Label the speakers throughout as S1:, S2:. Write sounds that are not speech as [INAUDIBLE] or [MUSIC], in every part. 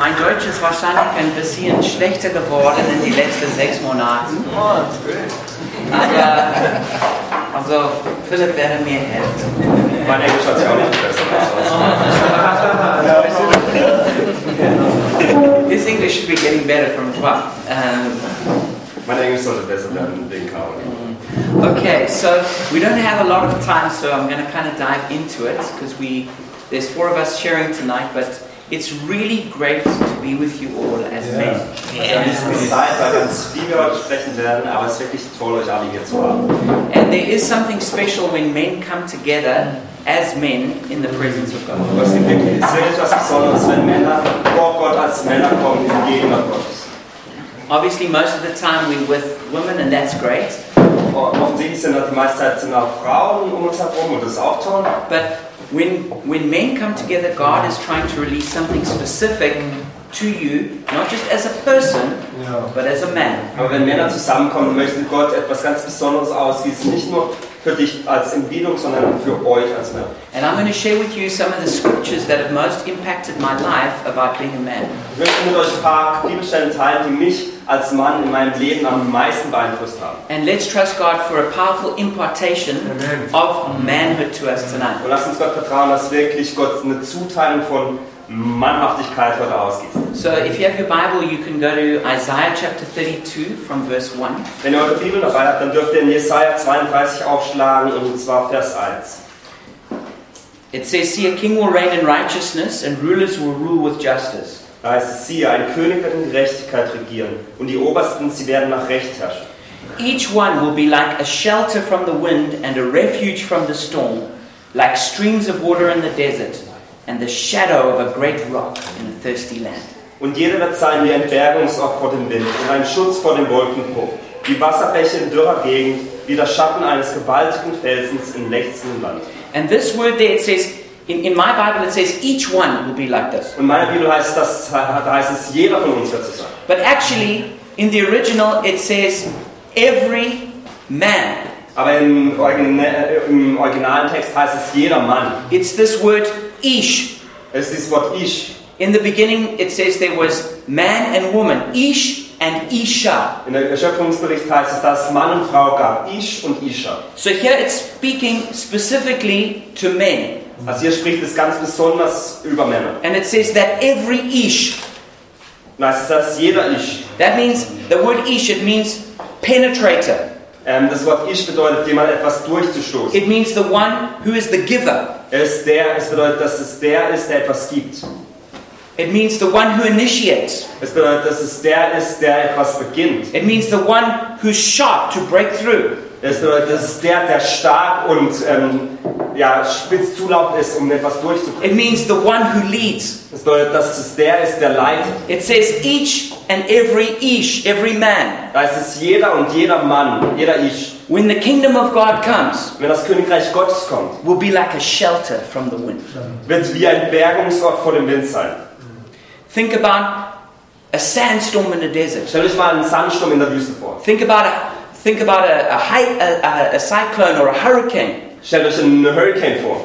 S1: Mein Deutsch ist wahrscheinlich ein bisschen schlechter geworden in den letzten sechs Monaten. Aber, also Philipp werde mir helfen.
S2: Mein Englisch hat sich auch nicht verbessert.
S1: His English is getting better from what? Um,
S2: Mein Englisch sollte besser werden wegen Carol.
S1: Okay, so we don't have a lot of time, so I'm going to kind of dive into it because we there's four of us sharing tonight, but it's really great to be with you all as men.
S2: Ich am liebsten die Zeit, weil ganz viele heute sprechen werden, aber es ist wirklich toll, euch alle hier zu haben.
S1: And there is something special when men come together as men in the presence of God.
S2: Und Es gibt wirklich, es ist wirklich was Besonderes, wenn Männer vor Gott als Männer kommen in die Gegenwart Gottes.
S1: Obviously, most of the time we're with women, and that's great.
S2: Offensichtlich sind halt die meiste Zeit sind auch Frauen um uns herum und das ist auch toll.
S1: But when when men come together, God is trying to release something specific to you, not just as a person, but as a man.
S2: Aber wenn Männer zusammenkommen, möchte Gott etwas ganz Besonderes ausgießen. Nicht nur für dich als Individuum, sondern für euch als Männer.
S1: And I'm going to share with you some of the scriptures that have most impacted my life about being a man.
S2: Ich möchte mit euch ein paar Bibelstellen teilen, die mich als Mann in meinem Leben am meisten beeinflusst haben.
S1: And let's trust God for a powerful impartation of manhood to us tonight.
S2: Und lasst uns Gott vertrauen, dass wirklich Gott eine Zuteilung von Mannhaftigkeit heute ausgibt.
S1: So if you have your Bible, you can go to Isaiah chapter 32 from verse 1.
S2: Wenn ihr eure Bibel dabei habt, dann dürft ihr in Jesaja 32 aufschlagen und zwar Vers 1.
S1: It says, See, a king will reign in righteousness, and rulers will rule with justice.
S2: Da heißt es, siehe, ein König wird in Gerechtigkeit regieren und die Obersten, sie werden nach Recht herrschen.
S1: Each one will be like a shelter from the wind and a refuge from the storm, like streams of water in the desert, and the shadow of a great rock in a thirsty land.
S2: Und jeder wird sein wie ein Bergungsort vor dem Wind und ein Schutz vor dem Wolkenbruch, wie Wasserbäche in dürrer Gegend, wie der Schatten eines gewaltigen Felsens im nächsten Land.
S1: And this word there, it says, in, in my Bible, it says each one will be like this.
S2: In meiner Bibel heißt das, da heißt es, jeder von uns wird so sein.
S1: But actually, in the original, it says every man.
S2: Aber im, Origin äh, im originalen Text heißt es jeder Mann.
S1: It's this word ish.
S2: Es ist das Wort Ich.
S1: In the beginning, it says there was man and woman, ish and isha.
S2: In der Schöpfungsbericht heißt es, dass es Mann und Frau gab. Ich und Isha.
S1: So here it's speaking specifically to men.
S2: Also hier spricht es ganz besonders über Männer.
S1: And it says that every ish.
S2: Und heißt es, dass jeder Ich.
S1: That means the word ish, it means penetrator.
S2: Ähm, das Wort Ich bedeutet, jemand etwas durchzustoßen.
S1: It means the one who is the giver.
S2: Es, der, es bedeutet, dass es der ist, der etwas gibt.
S1: It means the one who initiates.
S2: Es bedeutet, dass es der ist, der etwas beginnt.
S1: It means the one who's sharp to break through.
S2: Es bedeutet, dass es der, der stark und ähm, ja, spitz zulauft ist, um etwas durchzubringen.
S1: It means the one who leads.
S2: Es bedeutet, dass es der ist, der leitet.
S1: It says each and every ish, every man.
S2: Da ist es jeder und jeder Mann, jeder Ich.
S1: When the kingdom of God comes,
S2: Wenn das Königreich Gottes kommt,
S1: will be like a shelter from the wind.
S2: wird wie ein Bergungsort vor dem Wind sein.
S1: Think about a sandstorm in the desert.
S2: Stell euch mal einen Sandsturm in der Wüste vor.
S1: Think about a, think about a, a, hy- a, a, a cyclone or a hurricane.
S2: Stellt euch einen Hurricane vor.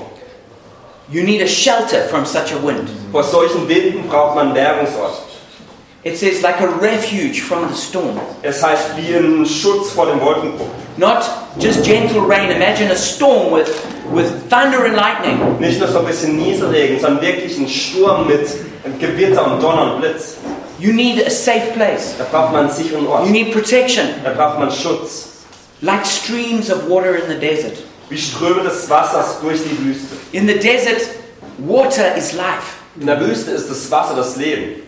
S1: You need a shelter from such a wind.
S2: Vor solchen Winden braucht man einen Bergungsort.
S1: It says like a refuge from the storm.
S2: Es heißt wie ein Schutz vor dem Wolkenbruch.
S1: Not just gentle rain. Imagine a storm with, with thunder and lightning.
S2: Nicht nur so ein bisschen Nieselregen, sondern wirklich ein Sturm mit Gewitter und Donner und Blitz.
S1: You need a safe place.
S2: Da braucht man einen sicheren Ort.
S1: You need protection,
S2: Da braucht man Schutz.
S1: like streams of water in the desert.
S2: Wie Ströme des Wassers durch die Wüste.
S1: In the desert, water is life.
S2: In der Wüste ist das Wasser das Leben.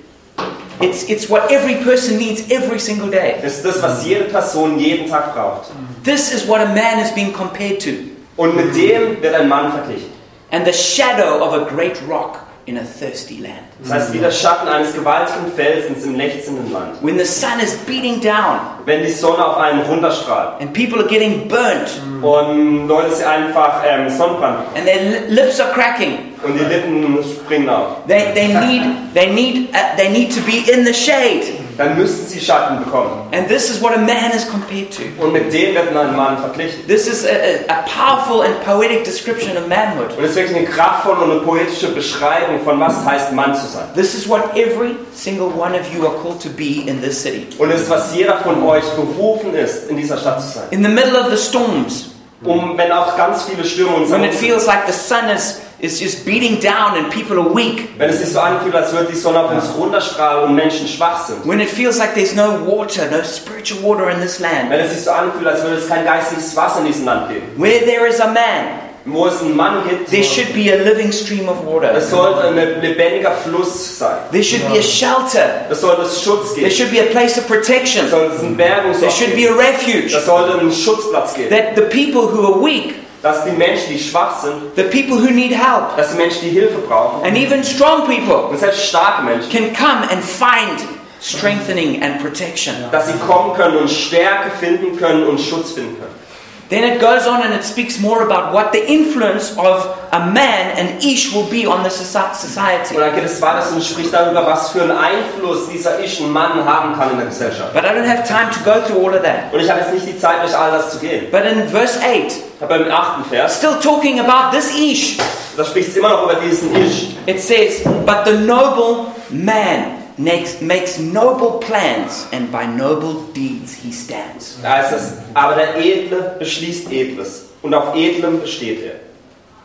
S1: It's, it's what every person needs every single day.
S2: Es ist das, was jede Person jeden Tag braucht.
S1: This is what a man is being compared to.
S2: Und mit dem wird ein Mann verglichen.
S1: And the shadow of a great rock in a thirsty land.
S2: Das heißt, wie der Schatten eines gewaltigen Felsens im lechzenden Land.
S1: When the sun is beating down
S2: Wenn die Sonne auf einen runterstrahlt
S1: and people are getting burnt
S2: und Leute sie einfach ähm, Sonnenbrand
S1: and their li- lips are cracking,
S2: und die Lippen springen auf.
S1: they, they, need, they, need, uh, they need to be in the shade.
S2: dann müssen sie Schatten bekommen.
S1: And this is what a man is compared to.
S2: Und mit dem wird ein Mann verglichen.
S1: This is a, a a powerful and poetic description of manhood.
S2: Und es ist wirklich eine kraftvolle und eine poetische Beschreibung von was es heißt, Mann zu sein.
S1: This is what every single one of you are called to be in this city.
S2: Und es ist, was jeder von euch berufen ist, in dieser Stadt zu sein.
S1: In the middle of the storms,
S2: Um, wenn auch ganz viele Stürme uns
S1: when it feels like the sun is, is just beating down and people are weak,
S2: Wenn es sich so anfühlt, als würde die Sonne auf uns runterstrahlen und Menschen schwach sind.
S1: when it feels like there's no water, no spiritual water in this land,
S2: Wenn es sich so anfühlt, als würde es kein geistiges Wasser in diesem Land geben.
S1: where there is a man,
S2: Wo es einen Mann gibt,
S1: there should be a living stream of
S2: es
S1: water.
S2: sollte ein lebendiger Fluss sein.
S1: There should be a shelter.
S2: Es sollte es Schutz
S1: There
S2: geben.
S1: should be a place of
S2: Es
S1: protection.
S2: sollte es einen
S1: There
S2: Bergungsort
S1: should be
S2: geben.
S1: a refuge.
S2: Es sollte einen Schutzplatz geben.
S1: That the people who are weak,
S2: Dass die Menschen, die schwach sind,
S1: the people who need help,
S2: dass die Menschen, die Hilfe brauchen,
S1: and even strong people
S2: und selbst starke Menschen,
S1: can come and find strengthening and protection.
S2: dass sie kommen können und Stärke finden können und Schutz finden können.
S1: Then it goes on and it speaks more about what the influence of a man and Ish will be on the soci-
S2: Und
S1: society.
S2: dann geht es weiter und spricht darüber, was für einen Einfluss dieser Ich ein Mann haben kann in der Gesellschaft.
S1: But I don't have time to go through all of that.
S2: Und ich habe jetzt nicht die Zeit, durch all das zu gehen.
S1: But in verse 8,
S2: Aber im achten Vers,
S1: still talking about this Ish,
S2: da spricht es immer noch über diesen Ich.
S1: it says, But the noble man makes, makes noble plans, and by noble deeds he stands.
S2: Da heißt es, aber der Edle beschließt Edles. Und auf Edlem besteht er.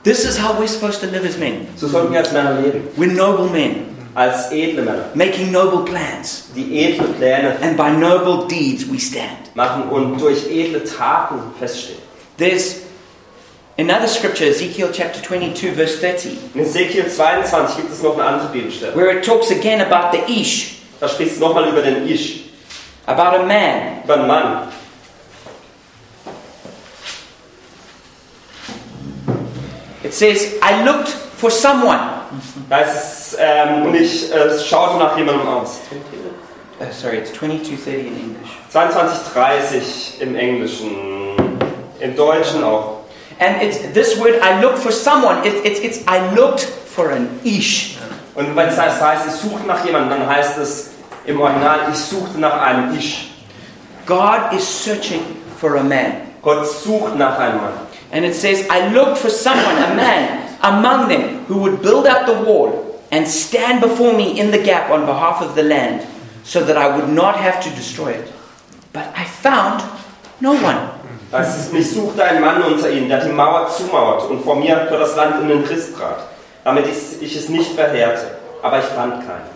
S1: This is how we're supposed to live as men.
S2: So sollten wir als Männer leben.
S1: We're noble men,
S2: Als edle Männer.
S1: making noble plans,
S2: Die edle Pläne
S1: and by noble deeds we stand.
S2: machen und durch edle Taten feststehen.
S1: There's another scripture, Ezekiel chapter 22, verse 30,
S2: In Ezekiel 22 gibt es noch eine andere Bibelstelle.
S1: where it talks again about the Ish,
S2: Da spricht es nochmal über den Ich.
S1: about a man.
S2: Über den Mann.
S1: It says, I looked for someone.
S2: Da heißt es, ähm, und ich äh, schaute nach jemandem aus.
S1: Oh, sorry, it's 2230 in English.
S2: 22,30 im Englischen. Im Deutschen auch.
S1: And it's this word, I looked for someone, it, it's it's I looked for an Ish.
S2: Und wenn es heißt, heißt, ich suche nach jemandem, dann heißt es im Original, ich suchte nach einem Ich.
S1: God is searching for a man.
S2: Gott sucht nach einem Mann.
S1: And it says, I looked for someone, a man, among them who would build up the wall and stand before me in the gap on behalf of the land, so that I would not have to destroy it. But I found no one.
S2: Das ist, mich suchte ein Mann unter ihnen, der die Mauer zumauert und vor mir für das Land in den Christ trat, damit ich, ich es nicht verheerte. Aber ich fand keinen.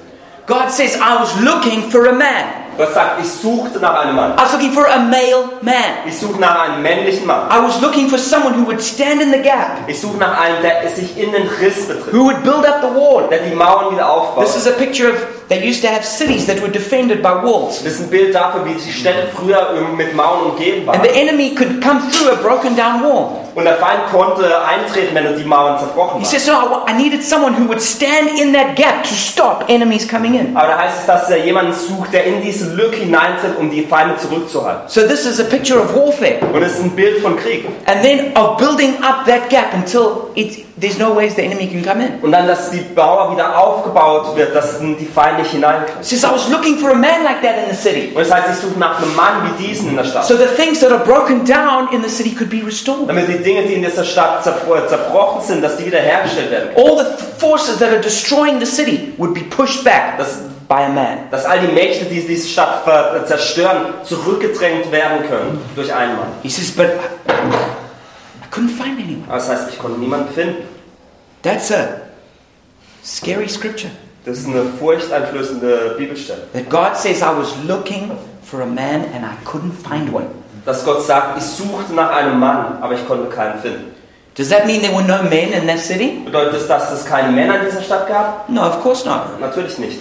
S1: God says, I was looking for a man.
S2: Gott sagt, ich suchte nach einem Mann.
S1: I was looking for a male man.
S2: Ich suche nach einem männlichen Mann.
S1: I was looking for someone who would stand in the gap,
S2: Ich suche nach einem, der sich in den Christ betritt,
S1: who would build up the wall.
S2: der die Mauern wieder
S1: This
S2: aufbaut.
S1: is a picture of, they used to have cities that were defended by walls.
S2: Das ist ein Bild dafür, wie die Städte früher mit Mauern umgeben
S1: And
S2: waren.
S1: the enemy could come through a broken down wall.
S2: Und der Feind konnte eintreten, wenn die Mauern zerbrochen
S1: He
S2: waren.
S1: says, No, I needed someone who would stand in that gap to stop enemies coming in.
S2: Aber da heißt es, dass er jemanden sucht, der in diese Lücke hineintritt, um die Feinde zurückzuhalten.
S1: So, this is a picture of warfare.
S2: Und es ist ein Bild von Krieg.
S1: And then of building up that gap until it, there's no ways the enemy can come in.
S2: Und dann, dass die Mauer wieder aufgebaut wird, dass die Feinde nicht hineinkommen.
S1: He says, I was looking for a man like that in the city.
S2: Und das heißt, ich suche nach einem Mann wie diesen in der Stadt.
S1: So, the things that are broken down in the city could be restored.
S2: Damit die Dinge, die in dieser Stadt zerbro- zerbrochen sind, dass die wieder hergestellt werden.
S1: All the forces that are destroying the city would be pushed back
S2: That's-
S1: by a man.
S2: Dass all die Mächte, die diese Stadt ver- zerstören, zurückgedrängt werden können durch einen Mann.
S1: He says, But I, I couldn't find anyone.
S2: Aber das heißt, ich konnte niemanden finden.
S1: That's a scary scripture.
S2: Das ist eine furchteinflößende Bibelstelle.
S1: That God says, I was looking for a man and I couldn't find one.
S2: Dass Gott sagt, ich suchte nach einem Mann, aber ich konnte keinen finden.
S1: Does that mean there were no men in that city?
S2: Bedeutet es, dass es keine Männer in dieser Stadt gab?
S1: No, of course not.
S2: Natürlich nicht.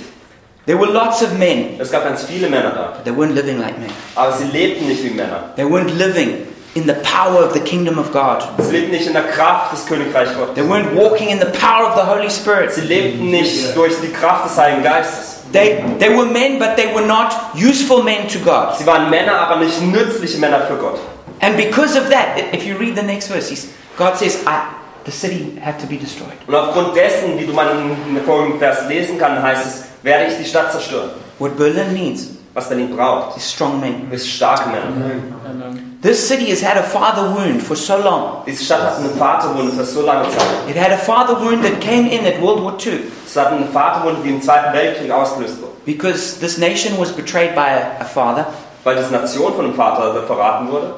S1: There were lots of men,
S2: Es gab ganz viele Männer da.
S1: but they weren't living like men.
S2: Aber sie lebten nicht wie Männer.
S1: They weren't living in the power of the kingdom of God.
S2: Sie lebten nicht in der Kraft des Königreichs Gottes.
S1: They weren't walking in the power of the Holy Spirit.
S2: Sie lebten nicht durch die Kraft des Heiligen Geistes.
S1: They, they were men, but they were not useful men to God.
S2: Sie waren Männer, aber nicht nützliche Männer für Gott.
S1: And because of that, i- if you read the next verse, he's, God says, I, the city had to be destroyed.
S2: Und aufgrund dessen, wie du man im folgenden Vers lesen kann, heißt es, werde ich die Stadt zerstören.
S1: What Berlin needs
S2: Was Berlin braucht,
S1: is strong men.
S2: ist starke Männer.
S1: This city has had a father wound for so long.
S2: Diese Stadt hat eine Vaterwunde für so lange Zeit.
S1: It had a father wound that came in at World War II
S2: Es hat eine Vaterwunde, die im Zweiten Weltkrieg ausgelöst wurde.
S1: because this nation was betrayed by a, a father.
S2: Weil diese Nation von dem Vater verraten wurde.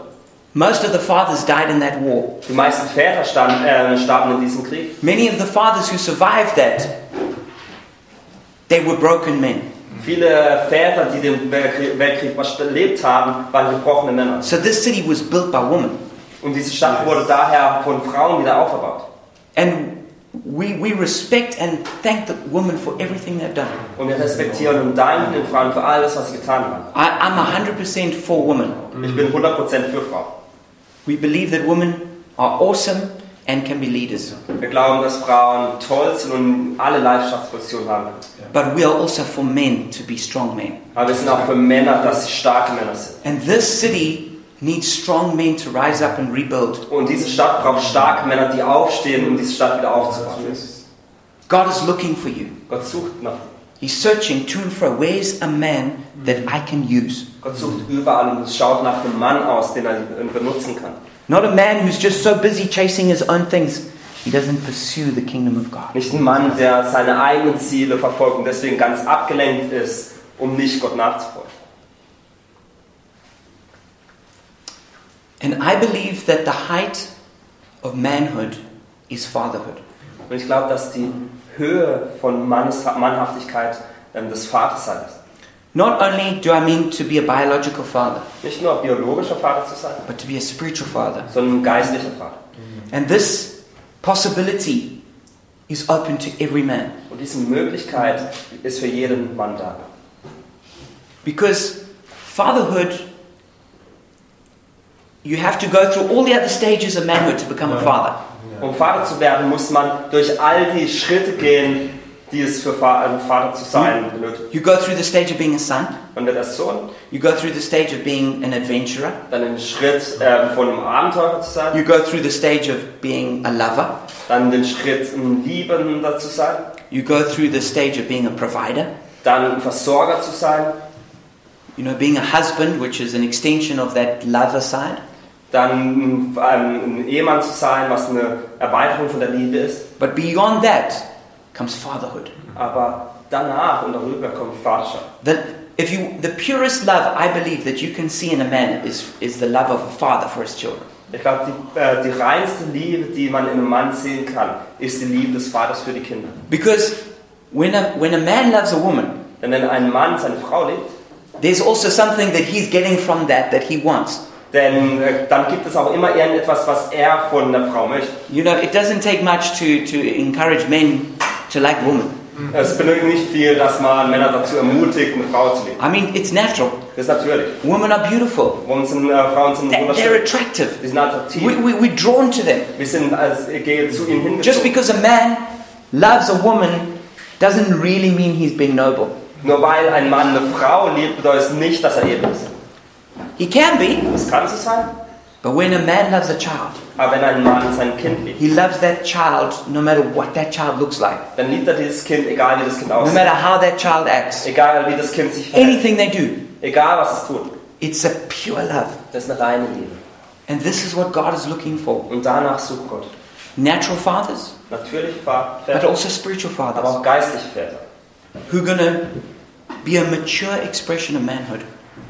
S1: Most of the fathers died in that war.
S2: Die meisten Väter standen, äh, starben in diesem Krieg.
S1: Many of the fathers who survived that, they were broken men.
S2: Viele Väter, die den Weltkrieg Weltkrieg überlebt haben, waren gebrochene Männer.
S1: So this city was built by women.
S2: Und diese Stadt wurde daher von Frauen wieder aufgebaut.
S1: And we, we respect and thank the women for everything they've done.
S2: Und wir respektieren und danken den Frauen für alles, was sie getan haben.
S1: I, I'm 100% for women.
S2: Ich bin 100% für Frauen.
S1: We believe that women are awesome and can be leaders.
S2: Wir glauben, dass Frauen toll sind und alle Leidenschaftspositionen haben können.
S1: But we are also for men to be strong men.
S2: Aber wir sind auch für Männer, dass sie starke Männer sind.
S1: And this city needs strong men to rise up and rebuild.
S2: Und diese Stadt braucht starke Männer, die aufstehen, um diese Stadt wieder aufzubauen.
S1: God is looking for you.
S2: Gott sucht nach.
S1: He's searching to and fro. Where's a man that I can use?
S2: Gott sucht überall und schaut nach dem Mann aus, den er benutzen kann.
S1: Not a man who's just so busy chasing his own things, he doesn't pursue the kingdom of God.
S2: Nicht ein Mann, der seine eigenen Ziele verfolgt und deswegen ganz abgelenkt ist, um nicht Gott nachzufolgen.
S1: And I believe that the height of manhood is fatherhood.
S2: Und ich glaube, dass die Höhe von Mannes, Mannhaftigkeit ähm, des Vaters sein ist.
S1: Not only do I mean to be a biological father,
S2: Nicht nur biologischer Vater zu sein,
S1: but to be a spiritual father.
S2: sondern geistlicher Vater.
S1: And this possibility is open to every man.
S2: Und diese Möglichkeit ist für jeden Mann da.
S1: Because fatherhood, you have to go through all the other stages of manhood to become a father.
S2: Um Vater zu werden, muss man durch all die Schritte gehen, die es für Fa- äh, Vater zu sein benötigt.
S1: You go through the stage of being a son,
S2: Man wird erst Sohn,
S1: you go through the stage of being an adventurer,
S2: dann den Schritt äh, von einem Abenteurer zu sein,
S1: you go through the stage of being a lover,
S2: dann den Schritt, ein Liebender zu sein,
S1: you go through the stage of being a provider,
S2: dann ein Versorger zu sein,
S1: you know, being a husband, which is an extension of that lover side.
S2: dann ähm, ein Ehemann zu sein, was eine Erweiterung von der Liebe ist.
S1: But beyond that comes fatherhood.
S2: Aber danach und darüber kommt Vaterschaft.
S1: The, if you, the purest love I believe that you can see in a man is, is the love of a father for his children.
S2: Ich glaube, die, äh, die reinste Liebe, die man in einem Mann sehen kann, ist die Liebe des Vaters für die Kinder.
S1: Because when a, when a man loves a woman,
S2: Denn wenn ein Mann seine Frau liebt,
S1: there's also something that he's getting from that that he wants.
S2: denn äh, dann gibt es auch immer irgendetwas, was er von der Frau möchte.
S1: You know, it doesn't take much to, to encourage men to like women.
S2: Es benötigt nicht viel, dass man Männer dazu ermutigt, eine Frau zu lieben.
S1: I mean, it's natural.
S2: Das ist natürlich.
S1: Women are beautiful,
S2: Warum sind äh, Frauen sind
S1: They- they're
S2: wunderschön?
S1: attractive.
S2: Wir sind
S1: We,
S2: attraktiv.
S1: we, we're drawn to them.
S2: Wir sind als äh, gehen zu ihnen
S1: Just
S2: hingezogen.
S1: because a man loves a woman doesn't really mean he's being noble.
S2: Nur weil ein Mann eine Frau liebt, bedeutet es nicht, dass er edel ist.
S1: He can be,
S2: Das kann so sein.
S1: but when a man loves a child,
S2: Aber wenn ein Mann sein Kind liebt,
S1: He loves that child no matter what that child looks like,
S2: dann liebt er dieses Kind, egal wie das Kind
S1: no
S2: aussieht.
S1: matter how that child acts,
S2: Egal wie das Kind sich verhält.
S1: anything they do.
S2: Egal was es tut.
S1: It's a pure love.
S2: Das ist eine reine Liebe.
S1: And this is what God is looking for
S2: Und danach sucht Gott.
S1: natural fathers,
S2: Natürlich
S1: but
S2: Väter,
S1: also spiritual
S2: aber
S1: fathers
S2: auch geistliche Väter,
S1: who are going to be a mature expression of manhood.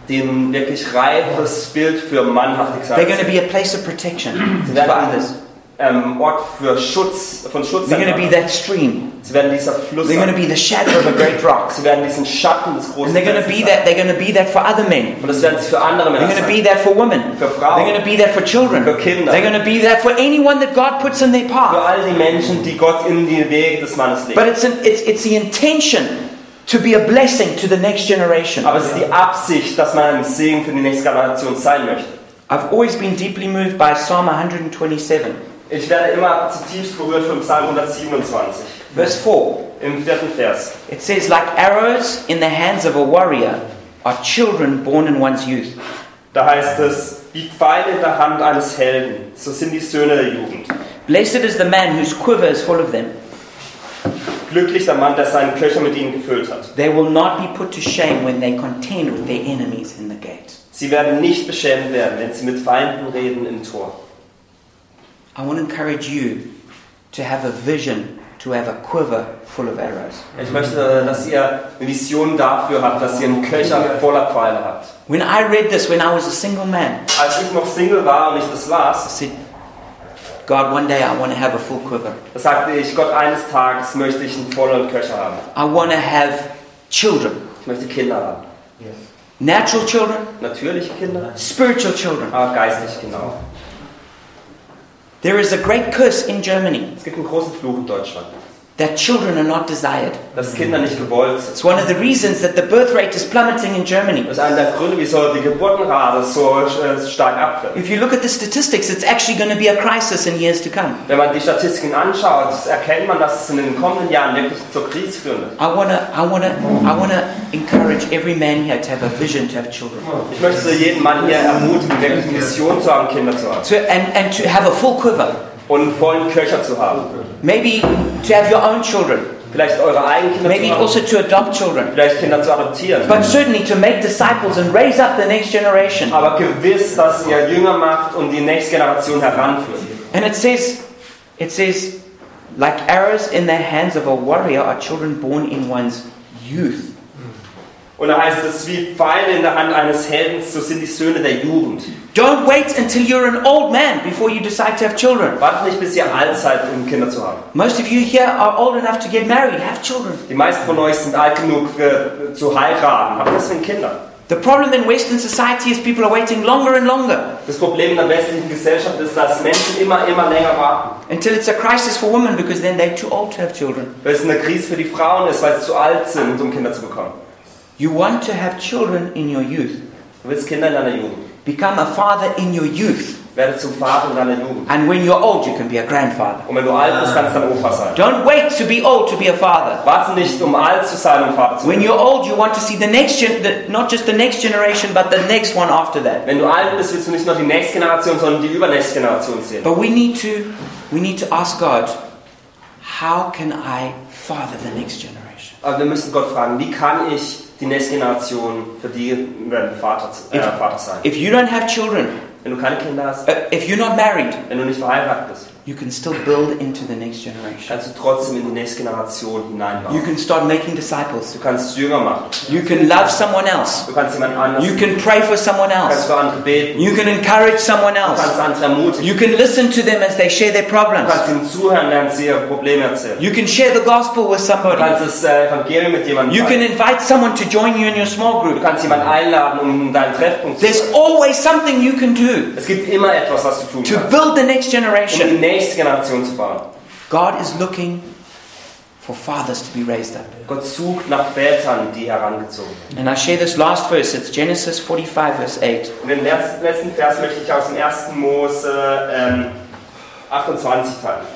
S2: die ein wirklich reifes Bild für Mannhaftigkeit
S1: They're going
S2: sind.
S1: to be a place of protection
S2: Sie
S1: for
S2: werden
S1: others.
S2: ein ähm, Ort für Schutz, von Schutz
S1: They're
S2: sein.
S1: going to be that stream.
S2: Sie werden dieser Fluss
S1: They're going to
S2: sein.
S1: be the shadow of a great rock.
S2: Sie werden diesen Schatten des großen
S1: And they're going to be
S2: Felsen sein.
S1: that. They're going to be that for other men.
S2: Und das werden sie für andere
S1: They're
S2: Männer
S1: going to be
S2: sein.
S1: that for women.
S2: Für
S1: They're going
S2: Frauen,
S1: to be that for children.
S2: Für Kinder.
S1: They're going to be that for anyone that God puts in their path.
S2: für all die Menschen, die Gott in den Weg des Mannes legt.
S1: But it's, an, it's, it's the intention to be a blessing to the next generation.
S2: Aber es ist die Absicht, dass man ein Segen für die nächste Generation sein möchte.
S1: I've always been deeply moved by Psalm 127,
S2: Ich werde immer zutiefst berührt vom Psalm 127.
S1: verse 4.
S2: Im vierten Vers.
S1: It says, Like arrows in the hands of a warrior are children born in one's youth.
S2: Da heißt es, wie Pfeile in der Hand eines Helden, so sind die Söhne der Jugend.
S1: Blessed is the man whose quiver is full of them.
S2: glücklich der Mann, der seinen Köcher mit ihnen gefüllt hat.
S1: They will not be put to shame when they contend with their enemies in the gate.
S2: Sie werden nicht beschämt werden, wenn sie mit Feinden reden im Tor.
S1: I want to encourage you to have a vision, to have a quiver full of arrows.
S2: Ich möchte, äh, dass ihr eine Vision dafür habt, dass ihr einen Köcher voller Pfeile habt.
S1: When I read this when I was a single man,
S2: Als ich noch Single war und ich das
S1: I
S2: las,
S1: said, God, one day I want to have a full quiver.
S2: sagte ich, Gott, eines Tages möchte ich einen vollen Köcher haben.
S1: I want to have children,
S2: Ich möchte Kinder haben.
S1: natural children,
S2: Natürliche Kinder,
S1: spiritual children.
S2: aber geistliche Kinder auch.
S1: There is a great curse in Germany
S2: Es gibt einen großen Fluch in Deutschland,
S1: that children are not desired.
S2: dass Kinder nicht gewollt sind.
S1: It's one of the reasons that the birth rate is plummeting in Germany.
S2: Das ist einer der Gründe, wieso die Geburtenrate so äh, stark abfällt.
S1: If you look at the statistics, it's actually going to be a crisis in years to come.
S2: Wenn man die Statistiken anschaut, erkennt man, dass es in den kommenden Jahren wirklich zur Krise führen wird.
S1: I want to, I want to, I want to encourage every man here to have a vision to have children.
S2: Ich möchte jeden Mann hier ermutigen, wirklich eine Vision zu haben, Kinder zu haben
S1: To, and, and to have a full quiver.
S2: und einen vollen Köcher zu haben.
S1: Maybe to have your own children.
S2: Vielleicht eure eigenen Kinder
S1: Maybe
S2: zu haben,
S1: also to adopt children.
S2: vielleicht Kinder zu adoptieren.
S1: But certainly to make disciples and raise up the next generation.
S2: Aber gewiss, dass ihr Jünger macht und die nächste Generation heranführt.
S1: And it says, it says, like arrows in the hands of a warrior are children born in one's youth.
S2: Und da heißt es, wie Pfeile in der Hand eines Helden, so sind die Söhne der Jugend.
S1: Don't wait until you're an old man before you decide to have children.
S2: Wartet nicht, bis ihr alt seid, um Kinder zu haben.
S1: Most of you here are old enough to get married, have children.
S2: Die meisten von euch sind alt genug für, äh, zu heiraten, aber das sind Kinder.
S1: The problem in Western society is people are waiting longer and longer
S2: Das Problem in der westlichen Gesellschaft ist, dass Menschen immer, immer länger warten.
S1: until it's a crisis for women because then they're too old to have children.
S2: Weil es eine Krise für die Frauen ist, weil sie zu alt sind, um Kinder zu bekommen.
S1: You want to have children in your youth.
S2: Du willst Kinder in deiner Jugend.
S1: Become a father in your youth.
S2: Werde zum Vater in deiner Jugend.
S1: And when you're old, you can be a grandfather.
S2: Und wenn du alt bist, kannst du dann Opa sein.
S1: Don't wait to be old to be a father.
S2: Warte nicht, um alt zu sein, um Vater zu
S1: When
S2: werden.
S1: you're old, you want to see the next gen- the, not just the next generation, but the next one after that.
S2: Wenn du alt bist, willst du nicht nur die nächste Generation, sondern die übernächste Generation sehen.
S1: But we need to, we need to ask God, how can I father the next generation?
S2: Aber wir müssen Gott fragen, wie kann ich die nächste Generation für die werden Vater, zu- äh, Vater sein?
S1: If you don't have children,
S2: Wenn du keine Kinder hast,
S1: uh, if you're not married,
S2: wenn du nicht verheiratet bist.
S1: you can still build into the next generation.
S2: kannst du trotzdem in die nächste
S1: You
S2: Generation hineinbauen.
S1: can start making disciples.
S2: Du kannst Jünger machen.
S1: You can love someone else.
S2: Du kannst jemand anders.
S1: You
S2: Du
S1: can pray for someone
S2: kannst
S1: else.
S2: für andere beten.
S1: You can encourage someone
S2: Du
S1: else.
S2: kannst andere ermutigen.
S1: You can listen to them as they share their
S2: Du
S1: problems.
S2: kannst ihnen zuhören, während sie ihre Probleme erzählen.
S1: You can share the gospel with
S2: Du
S1: somebody.
S2: kannst das äh, Evangelium mit jemandem
S1: You can
S2: teilen.
S1: invite someone to join you in your small
S2: Du
S1: group.
S2: kannst jemanden einladen, um deinen Treffpunkt zu
S1: There's
S2: sein.
S1: always something you can do
S2: Es gibt immer etwas, was du tun
S1: to
S2: kannst,
S1: build the next
S2: um die
S1: generation.
S2: nächste Generation zu bauen.
S1: God is looking for fathers to be raised up.
S2: Gott sucht nach Vätern, die herangezogen
S1: And
S2: werden.
S1: I share this last verse. It's Genesis 45, verse 8.
S2: Und den letzten letzten Vers möchte ich aus dem 1. Mose ähm, 28 teilen.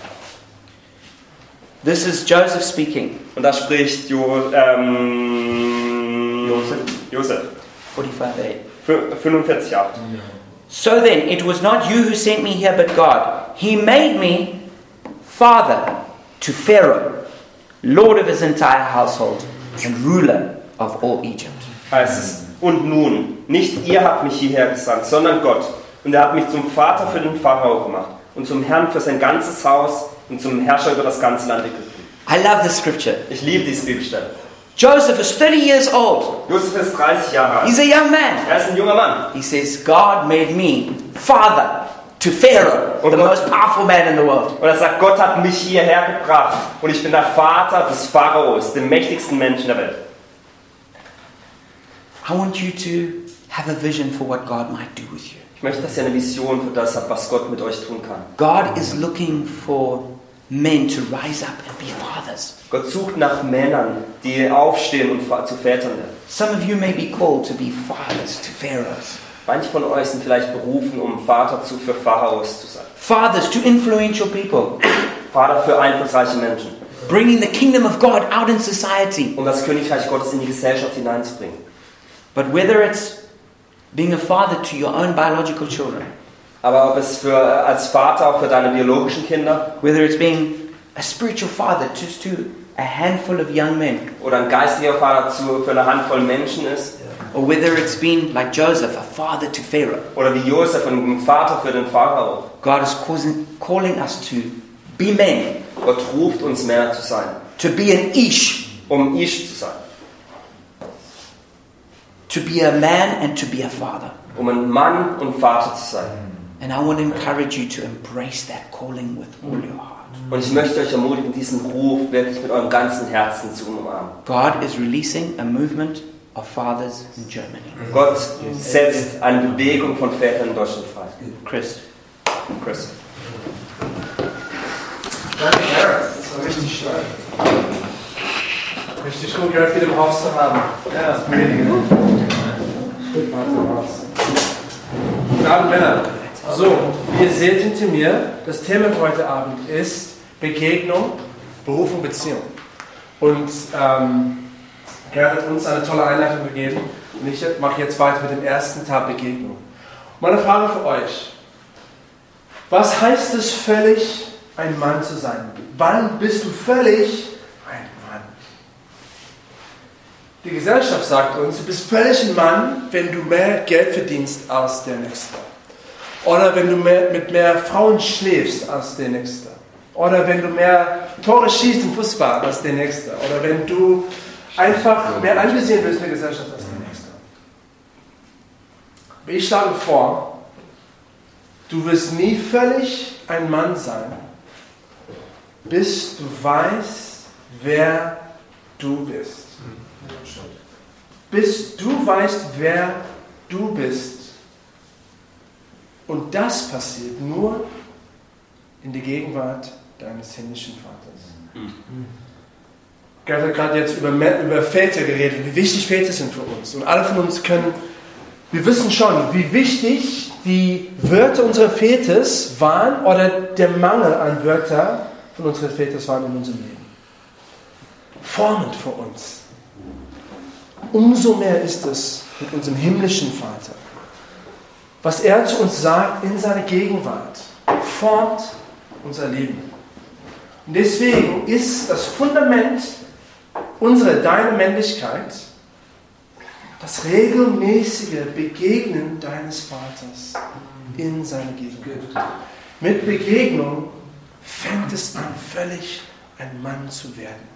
S1: This is Joseph speaking.
S2: Und da spricht jo, ähm,
S1: Josef.
S2: Josef.
S1: 45, 8.
S2: Fü- 45 ab.
S1: So then, it was not you who sent me here, but God. He made me father to Pharaoh, lord of his entire household, and ruler of all Egypt.
S2: Heißt es. Und nun, nicht ihr habt mich hierher gesandt, sondern Gott. Und er hat mich zum Vater für den Pharao gemacht und zum Herrn für sein ganzes Haus und zum Herrscher über das ganze Land Ägypten.
S1: I love this scripture.
S2: Ich liebe diese Bibelstelle.
S1: Joseph is 30 years old.
S2: Josef ist 30 Jahre alt.
S1: He's a young man.
S2: Er ist ein junger Mann.
S1: He says, God made me father to Pharaoh, the most powerful man in the world.
S2: Und er sagt, Gott hat mich hierher gebracht und ich bin der Vater des Pharaos, dem mächtigsten Menschen der Welt.
S1: I want you to have a vision for what God might do with you.
S2: Ich möchte, dass ihr eine Vision für das habt, was Gott mit euch tun kann.
S1: God is looking for men to rise up and be fathers.
S2: Gott sucht nach Männern, die aufstehen und fa- zu Vätern werden.
S1: Some of you may be called to be fathers to Pharaohs,
S2: Manche von euch sind vielleicht berufen, um Vater zu, für Pharaos zu sein.
S1: fathers to influential people,
S2: Vater für einflussreiche Menschen.
S1: bringing the kingdom of God out in society.
S2: Um das Königreich Gottes in die Gesellschaft hineinzubringen.
S1: But whether it's being a father to your own biological children,
S2: Aber ob es für, als Vater auch für deine biologischen Kinder,
S1: whether it's being a spiritual father just to a handful of young men,
S2: oder ein geistlicher Vater zu, für eine Handvoll Menschen ist,
S1: or whether it's been like Joseph, a father to Pharaoh,
S2: oder wie Josef ein Vater für den Pharao.
S1: God is causing, calling us to be men,
S2: Gott ruft uns mehr zu sein,
S1: to be an ish,
S2: um Ish zu sein,
S1: to be a man and to be a father.
S2: um ein Mann und Vater zu sein.
S1: And I want to encourage you to embrace that calling with all your heart.
S2: Und ich möchte euch ermutigen, diesen Ruf wirklich mit eurem ganzen Herzen zu umarmen.
S1: God is releasing a movement of fathers in Germany.
S2: Gott setzt eine Bewegung von Vätern in Deutschland frei.
S1: Chris,
S2: Chris.
S3: Danke, Herr. Das war richtig stark. Richtig gut, gehört wieder im Haus zu haben. Ja, das Predigen. Gut, mal zum Haus. Guten Abend, Männer. So, wie ihr seht hinter mir, das Thema für heute Abend ist Begegnung, Beruf und Beziehung. Und ähm, Herr hat uns eine tolle Einleitung gegeben und ich mache jetzt weiter mit dem ersten Teil Begegnung. Meine Frage für euch. Was heißt es völlig, ein Mann zu sein? Wann bist du völlig ein Mann? Die Gesellschaft sagt uns, du bist völlig ein Mann, wenn du mehr Geld verdienst als der Nächste. Oder wenn du mehr, mit mehr Frauen schläfst als der Nächste. Oder wenn du mehr Tore schießt im Fußball als der Nächste. Oder wenn du einfach mehr angesehen wirst in der Gesellschaft als der Nächste. Ich schlage vor, Du wirst nie völlig ein Mann sein, bis du weißt, wer du bist. Bis du weißt, wer du bist. Und das passiert nur in der Gegenwart deines himmlischen Vaters. Gerd hat gerade jetzt über, Mä- über Väter geredet, wie wichtig Väter sind für uns. Und alle von uns können wir wissen schon, wie wichtig die Wörter unserer Väters waren oder der Mangel an Wörter von unseren Väters waren in unserem Leben. Formend für uns. Umso mehr ist es mit unserem himmlischen Vater. Was er zu uns sagt in seiner Gegenwart, formt unser Leben. Und deswegen ist das Fundament unserer, deiner Männlichkeit, das regelmäßige Begegnen deines Vaters in seiner Gegenwart. Mit Begegnung fängt es an, völlig ein Mann zu werden.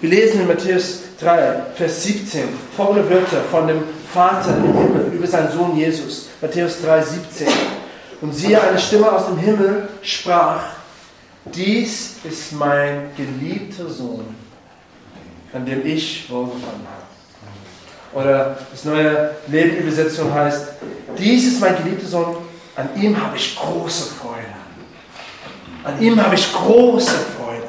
S3: Wir lesen in Matthäus 3, Vers 17 folgende Wörter von dem Vater im Himmel über seinen Sohn Jesus. Matthäus 3, 17. Und siehe, eine Stimme aus dem Himmel sprach, dies ist mein geliebter Sohn, an dem ich wohlgefallen habe. Oder das neue Leben Übersetzung heißt, dies ist mein geliebter Sohn, an ihm habe ich große Freude. An ihm habe ich große Freude.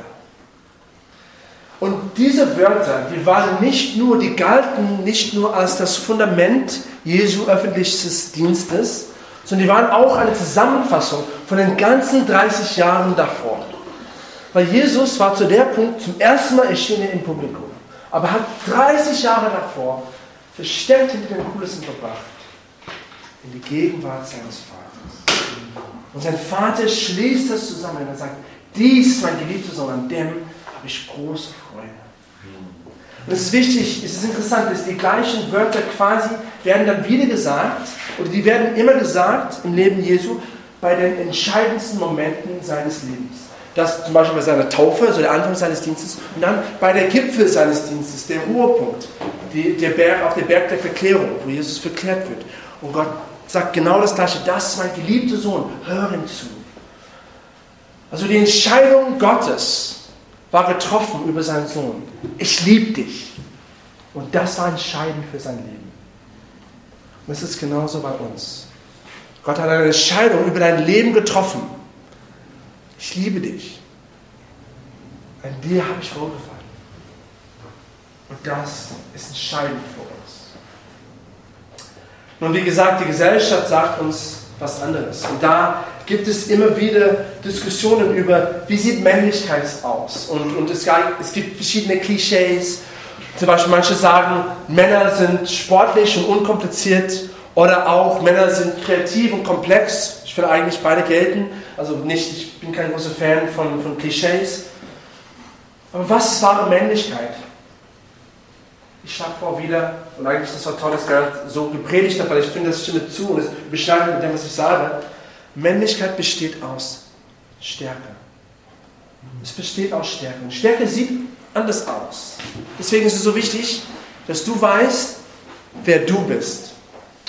S3: Und diese Wörter, die waren nicht nur, die galten nicht nur als das Fundament Jesu öffentliches Dienstes, sondern die waren auch eine Zusammenfassung von den ganzen 30 Jahren davor. Weil Jesus war zu der Punkt zum ersten Mal erschienen im Publikum, aber hat 30 Jahre davor versteckt hinter den Kulissen verbracht, in die Gegenwart seines Vaters. Und sein Vater schließt das zusammen und sagt, dies, mein geliebter Sohn, an dem habe ich große Freude. Und es ist wichtig, es ist interessant, dass die gleichen Wörter quasi werden dann wieder gesagt, oder die werden immer gesagt im Leben Jesu bei den entscheidendsten Momenten seines Lebens. Das zum Beispiel bei seiner Taufe, so der Anfang seines Dienstes, und dann bei der Gipfel seines Dienstes, der Ruhepunkt, die, der Berg, auf der Berg der Verklärung, wo Jesus verklärt wird. Und Gott sagt genau das Gleiche, das ist mein geliebter Sohn, hör ihm zu. Also die Entscheidung Gottes war getroffen über seinen Sohn. Ich liebe dich. Und das war entscheidend für sein Leben. Und es ist genauso bei uns. Gott hat eine Entscheidung über dein Leben getroffen. Ich liebe dich. An dir habe ich wohlgefallen. Und das ist entscheidend für uns. Nun, wie gesagt, die Gesellschaft sagt uns was anderes. Und da gibt es immer wieder Diskussionen über, wie sieht Männlichkeit aus? Und, und es, ga- es gibt verschiedene Klischees. Zum Beispiel manche sagen, Männer sind sportlich und unkompliziert oder auch Männer sind kreativ und komplex. Ich will eigentlich beide gelten. Also nicht, ich bin kein großer Fan von, von Klischees. Aber was ist wahre Männlichkeit? Ich schlage vor, wieder, und eigentlich das war toll, dass Gerhard so gepredigt hat, weil ich finde, das stimmt zu und es beschneidet mit dem, was ich sage. Männlichkeit besteht aus Stärke. Es besteht aus Stärke. Und Stärke sieht anders aus. Deswegen ist es so wichtig, dass du weißt, wer du bist.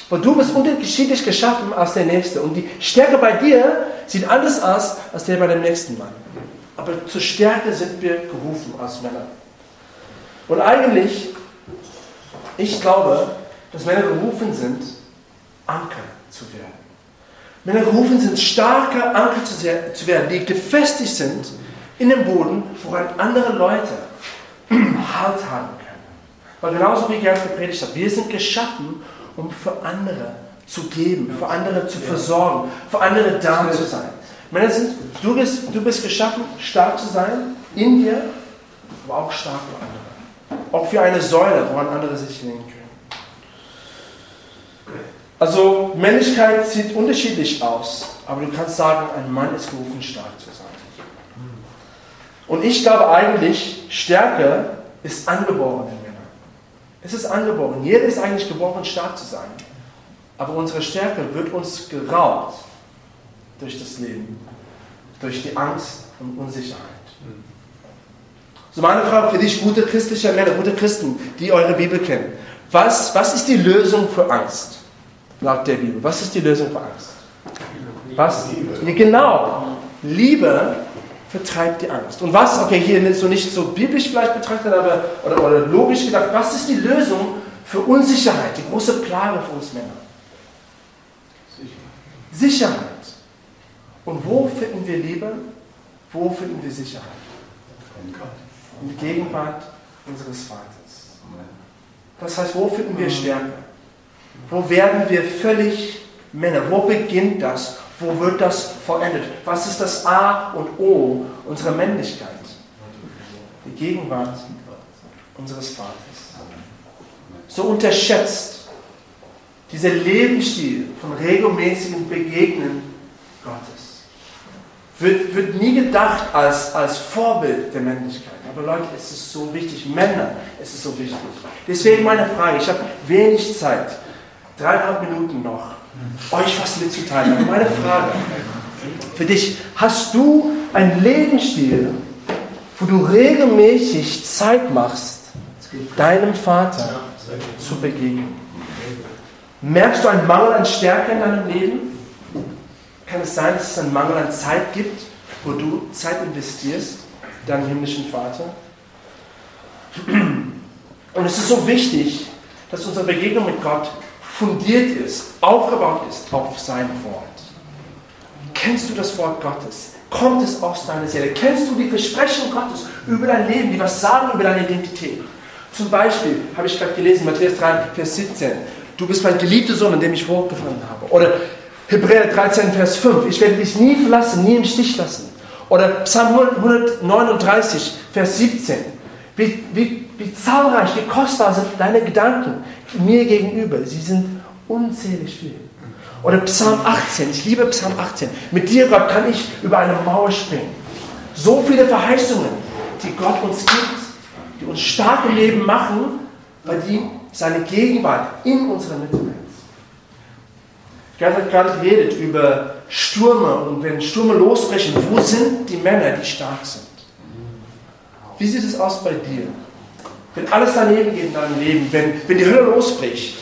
S3: Weil du bist unterschiedlich geschaffen als der Nächste. Und die Stärke bei dir sieht anders aus als der bei dem nächsten Mann. Aber zur Stärke sind wir gerufen als Männer. Und eigentlich, ich glaube, dass Männer gerufen sind, Anker zu werden. Männer gerufen sind, starke Anker zu se- zu werden, die gefestigt sind in dem Boden, woran andere Leute [CLEARS THROAT] Halt haben können. Weil genauso wie Gerd gepredigt hat, wir sind geschaffen, um für andere zu geben, für andere zu versorgen, für andere da zu sein. Männer sind, du bist, du bist geschaffen, stark zu sein, in dir, aber auch stark für andere auch wie eine Säule, woran andere sich lehnen können. Also Männlichkeit sieht unterschiedlich aus, aber du kannst sagen, ein Mann ist gerufen, stark zu sein. Und ich glaube eigentlich, Stärke ist angeboren in Männern. Es ist angeboren. Jeder ist eigentlich geboren, stark zu sein. Aber unsere Stärke wird uns geraubt durch das Leben, durch die Angst und Unsicherheit. So meine Frage für dich, gute christliche Männer, gute Christen, die eure Bibel kennen. Was, was ist die Lösung für Angst? Laut der Bibel. Was ist die Lösung für Angst? Was? Ja, genau. Liebe vertreibt die Angst. Und was, okay, hier so nicht so biblisch vielleicht betrachtet, aber oder, oder logisch gedacht, was ist die Lösung für Unsicherheit, die große Plage für uns Männer? Sicherheit. Und wo finden wir Liebe? Wo finden wir Sicherheit? in der Gegenwart unseres Vaters. Das heißt, wo finden wir Stärke? Wo werden wir völlig Männer? Wo beginnt das? Wo wird das vollendet? Was ist das A und O unserer Männlichkeit? Die Gegenwart unseres Vaters. So unterschätzt dieser Lebensstil von regelmäßigen Begegnen Gottes wird, wird nie gedacht als, als Vorbild der Männlichkeit. Aber Leute, es ist so wichtig. Männer, es ist so wichtig. Deswegen meine Frage, ich habe wenig Zeit, dreieinhalb Minuten noch, euch was mitzuteilen. Aber meine Frage für dich, hast du einen Lebensstil, wo du regelmäßig Zeit machst, deinem Vater zu begegnen? Merkst du einen Mangel an Stärke in deinem Leben? Kann es sein, dass es einen Mangel an Zeit gibt, wo du Zeit investierst, deinem himmlischen Vater? Und es ist so wichtig, dass unsere Begegnung mit Gott fundiert ist, aufgebaut ist auf sein Wort. Kennst du das Wort Gottes? Kommt es aus deiner Seele? Kennst du die Versprechen Gottes über dein Leben, die was sagen über deine Identität? Zum Beispiel habe ich gerade gelesen, Matthäus 3, Vers 17. Du bist mein geliebter Sohn, an dem ich wohlgefallen habe. Oder Hebräer 13, Vers 5. Ich werde dich nie verlassen, nie im Stich lassen. Oder Psalm 139, Vers 17. Wie, wie, wie zahlreich, wie kostbar sind deine Gedanken mir gegenüber. Sie sind unzählig viel. Oder Psalm 18. Ich liebe Psalm 18. Mit dir, Gott, kann ich über eine Mauer springen. So viele Verheißungen, die Gott uns gibt, die uns stark im Leben machen, weil die seine Gegenwart in unserer Mitte ist. Gerhard hat gerade geredet über Stürme und wenn Stürme losbrechen, wo sind die Männer, die stark sind? Wie sieht es aus bei dir? Wenn alles daneben geht in deinem Leben, wenn, wenn die Hölle losbricht,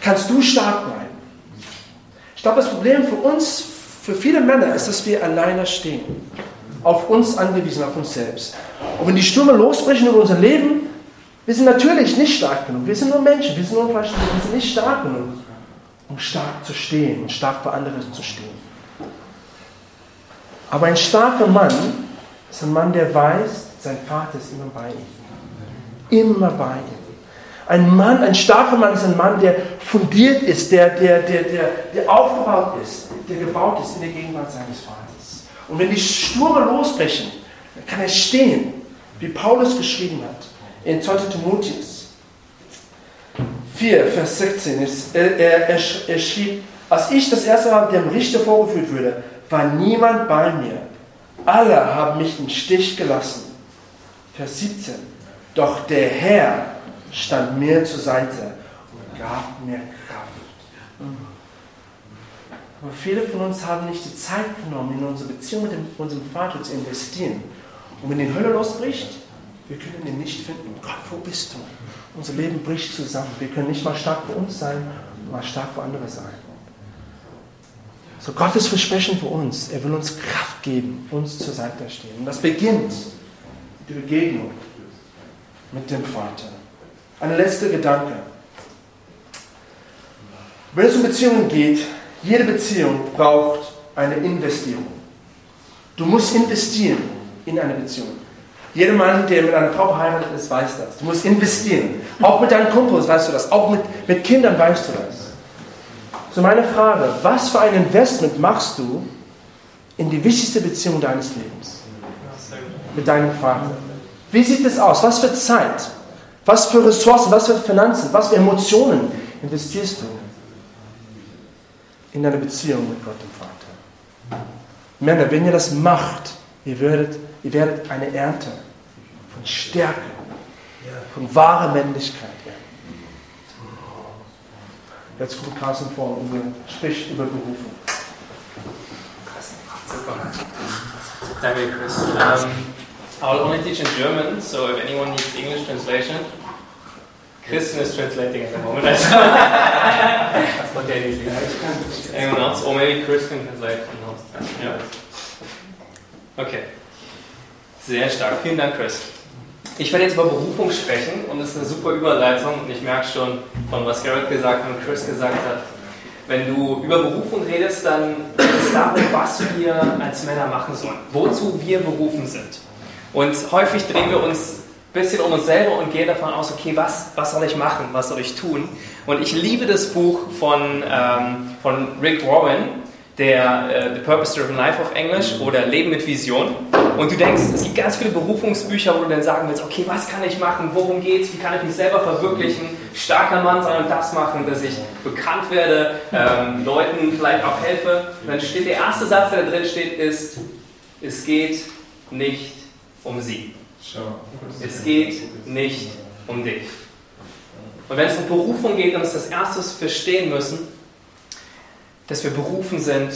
S3: kannst du stark bleiben. Ich glaube, das Problem für uns, für viele Männer, ist, dass wir alleine stehen. Auf uns angewiesen, auf uns selbst. Und wenn die Stürme losbrechen über unser Leben, wir sind natürlich nicht stark genug. Wir sind nur Menschen, wir sind nur Fleisch, wir sind nicht stark genug um stark zu stehen und stark für andere zu stehen. Aber ein starker Mann ist ein Mann, der weiß, sein Vater ist immer bei ihm. Immer bei ihm. Ein Mann, ein starker Mann ist ein Mann, der fundiert ist, der, der, der, der, der aufgebaut ist, der gebaut ist in der Gegenwart seines Vaters. Und wenn die Stürme losbrechen, dann kann er stehen, wie Paulus geschrieben hat in 2. Timotheus. 4, Vers 16, ist, er, er, er, sch- er schrieb, als ich das erste Mal dem Richter vorgeführt wurde, war niemand bei mir. Alle haben mich im Stich gelassen. Vers 17. Doch der Herr stand mir zur Seite und gab mir Kraft. Aber viele von uns haben nicht die Zeit genommen, in unsere Beziehung mit dem, unserem Vater zu investieren. Und wenn die Hölle losbricht, wir können ihn nicht finden. Gott, wo bist du? Unser Leben bricht zusammen. Wir können nicht mal stark für uns sein, mal stark für andere sein. So Gottes Versprechen für uns. Er will uns Kraft geben, uns zur Seite stehen. Und das beginnt die Begegnung mit dem Vater. Ein letzter Gedanke. Wenn es um Beziehungen geht, jede Beziehung braucht eine Investierung. Du musst investieren in eine Beziehung. Jeder Mann, der mit einer Frau verheiratet ist, weiß das. Du musst investieren. Auch mit deinen Kumpels weißt du das. Auch mit, mit Kindern weißt du das. So meine Frage, was für ein Investment machst du in die wichtigste Beziehung deines Lebens? Mit deinem Vater. Wie sieht es aus? Was für Zeit? Was für Ressourcen? Was für Finanzen? Was für Emotionen investierst du in deine Beziehung mit Gott dem Vater? Männer, wenn ihr das macht, ihr werdet, ihr werdet eine Ernte von Stärke, von wahrer Männlichkeit ernten. Jetzt kommt Carsten vor und spricht über Berufung.
S4: Super. Thank you, Chris. Um, I'll only teach in German, so if anyone needs English translation, Christian is translating at the moment. [LAUGHS] That's what they usually do. Anyone else? Or maybe Chris can translate. Yeah. Okay. Sehr stark. Vielen Dank, Chris. Ich werde jetzt über Berufung sprechen und das ist eine super Überleitung und ich merke schon von was Garrett gesagt und Chris gesagt hat. Wenn du über Berufung redest, dann ist es darum, was wir als Männer machen sollen, wozu wir berufen sind. Und häufig drehen wir uns ein bisschen um uns selber und gehen davon aus, okay, was, was soll ich machen, was soll ich tun? Und ich liebe das Buch von, ähm, von Rick Warren, der äh, The Purpose Driven Life auf Englisch oder Leben mit Vision. Und du denkst, es gibt ganz viele Berufungsbücher, wo du dann sagen willst, okay, was kann ich machen, worum geht's, wie kann ich mich selber verwirklichen, starker Mann sein und das machen, dass ich bekannt werde, ähm, Leuten vielleicht auch helfe. Und dann steht der erste Satz, der da drin steht, ist, es geht nicht um sie. Es geht nicht um dich. Und wenn es um Berufung geht, dann ist das erstes verstehen müssen, dass wir berufen sind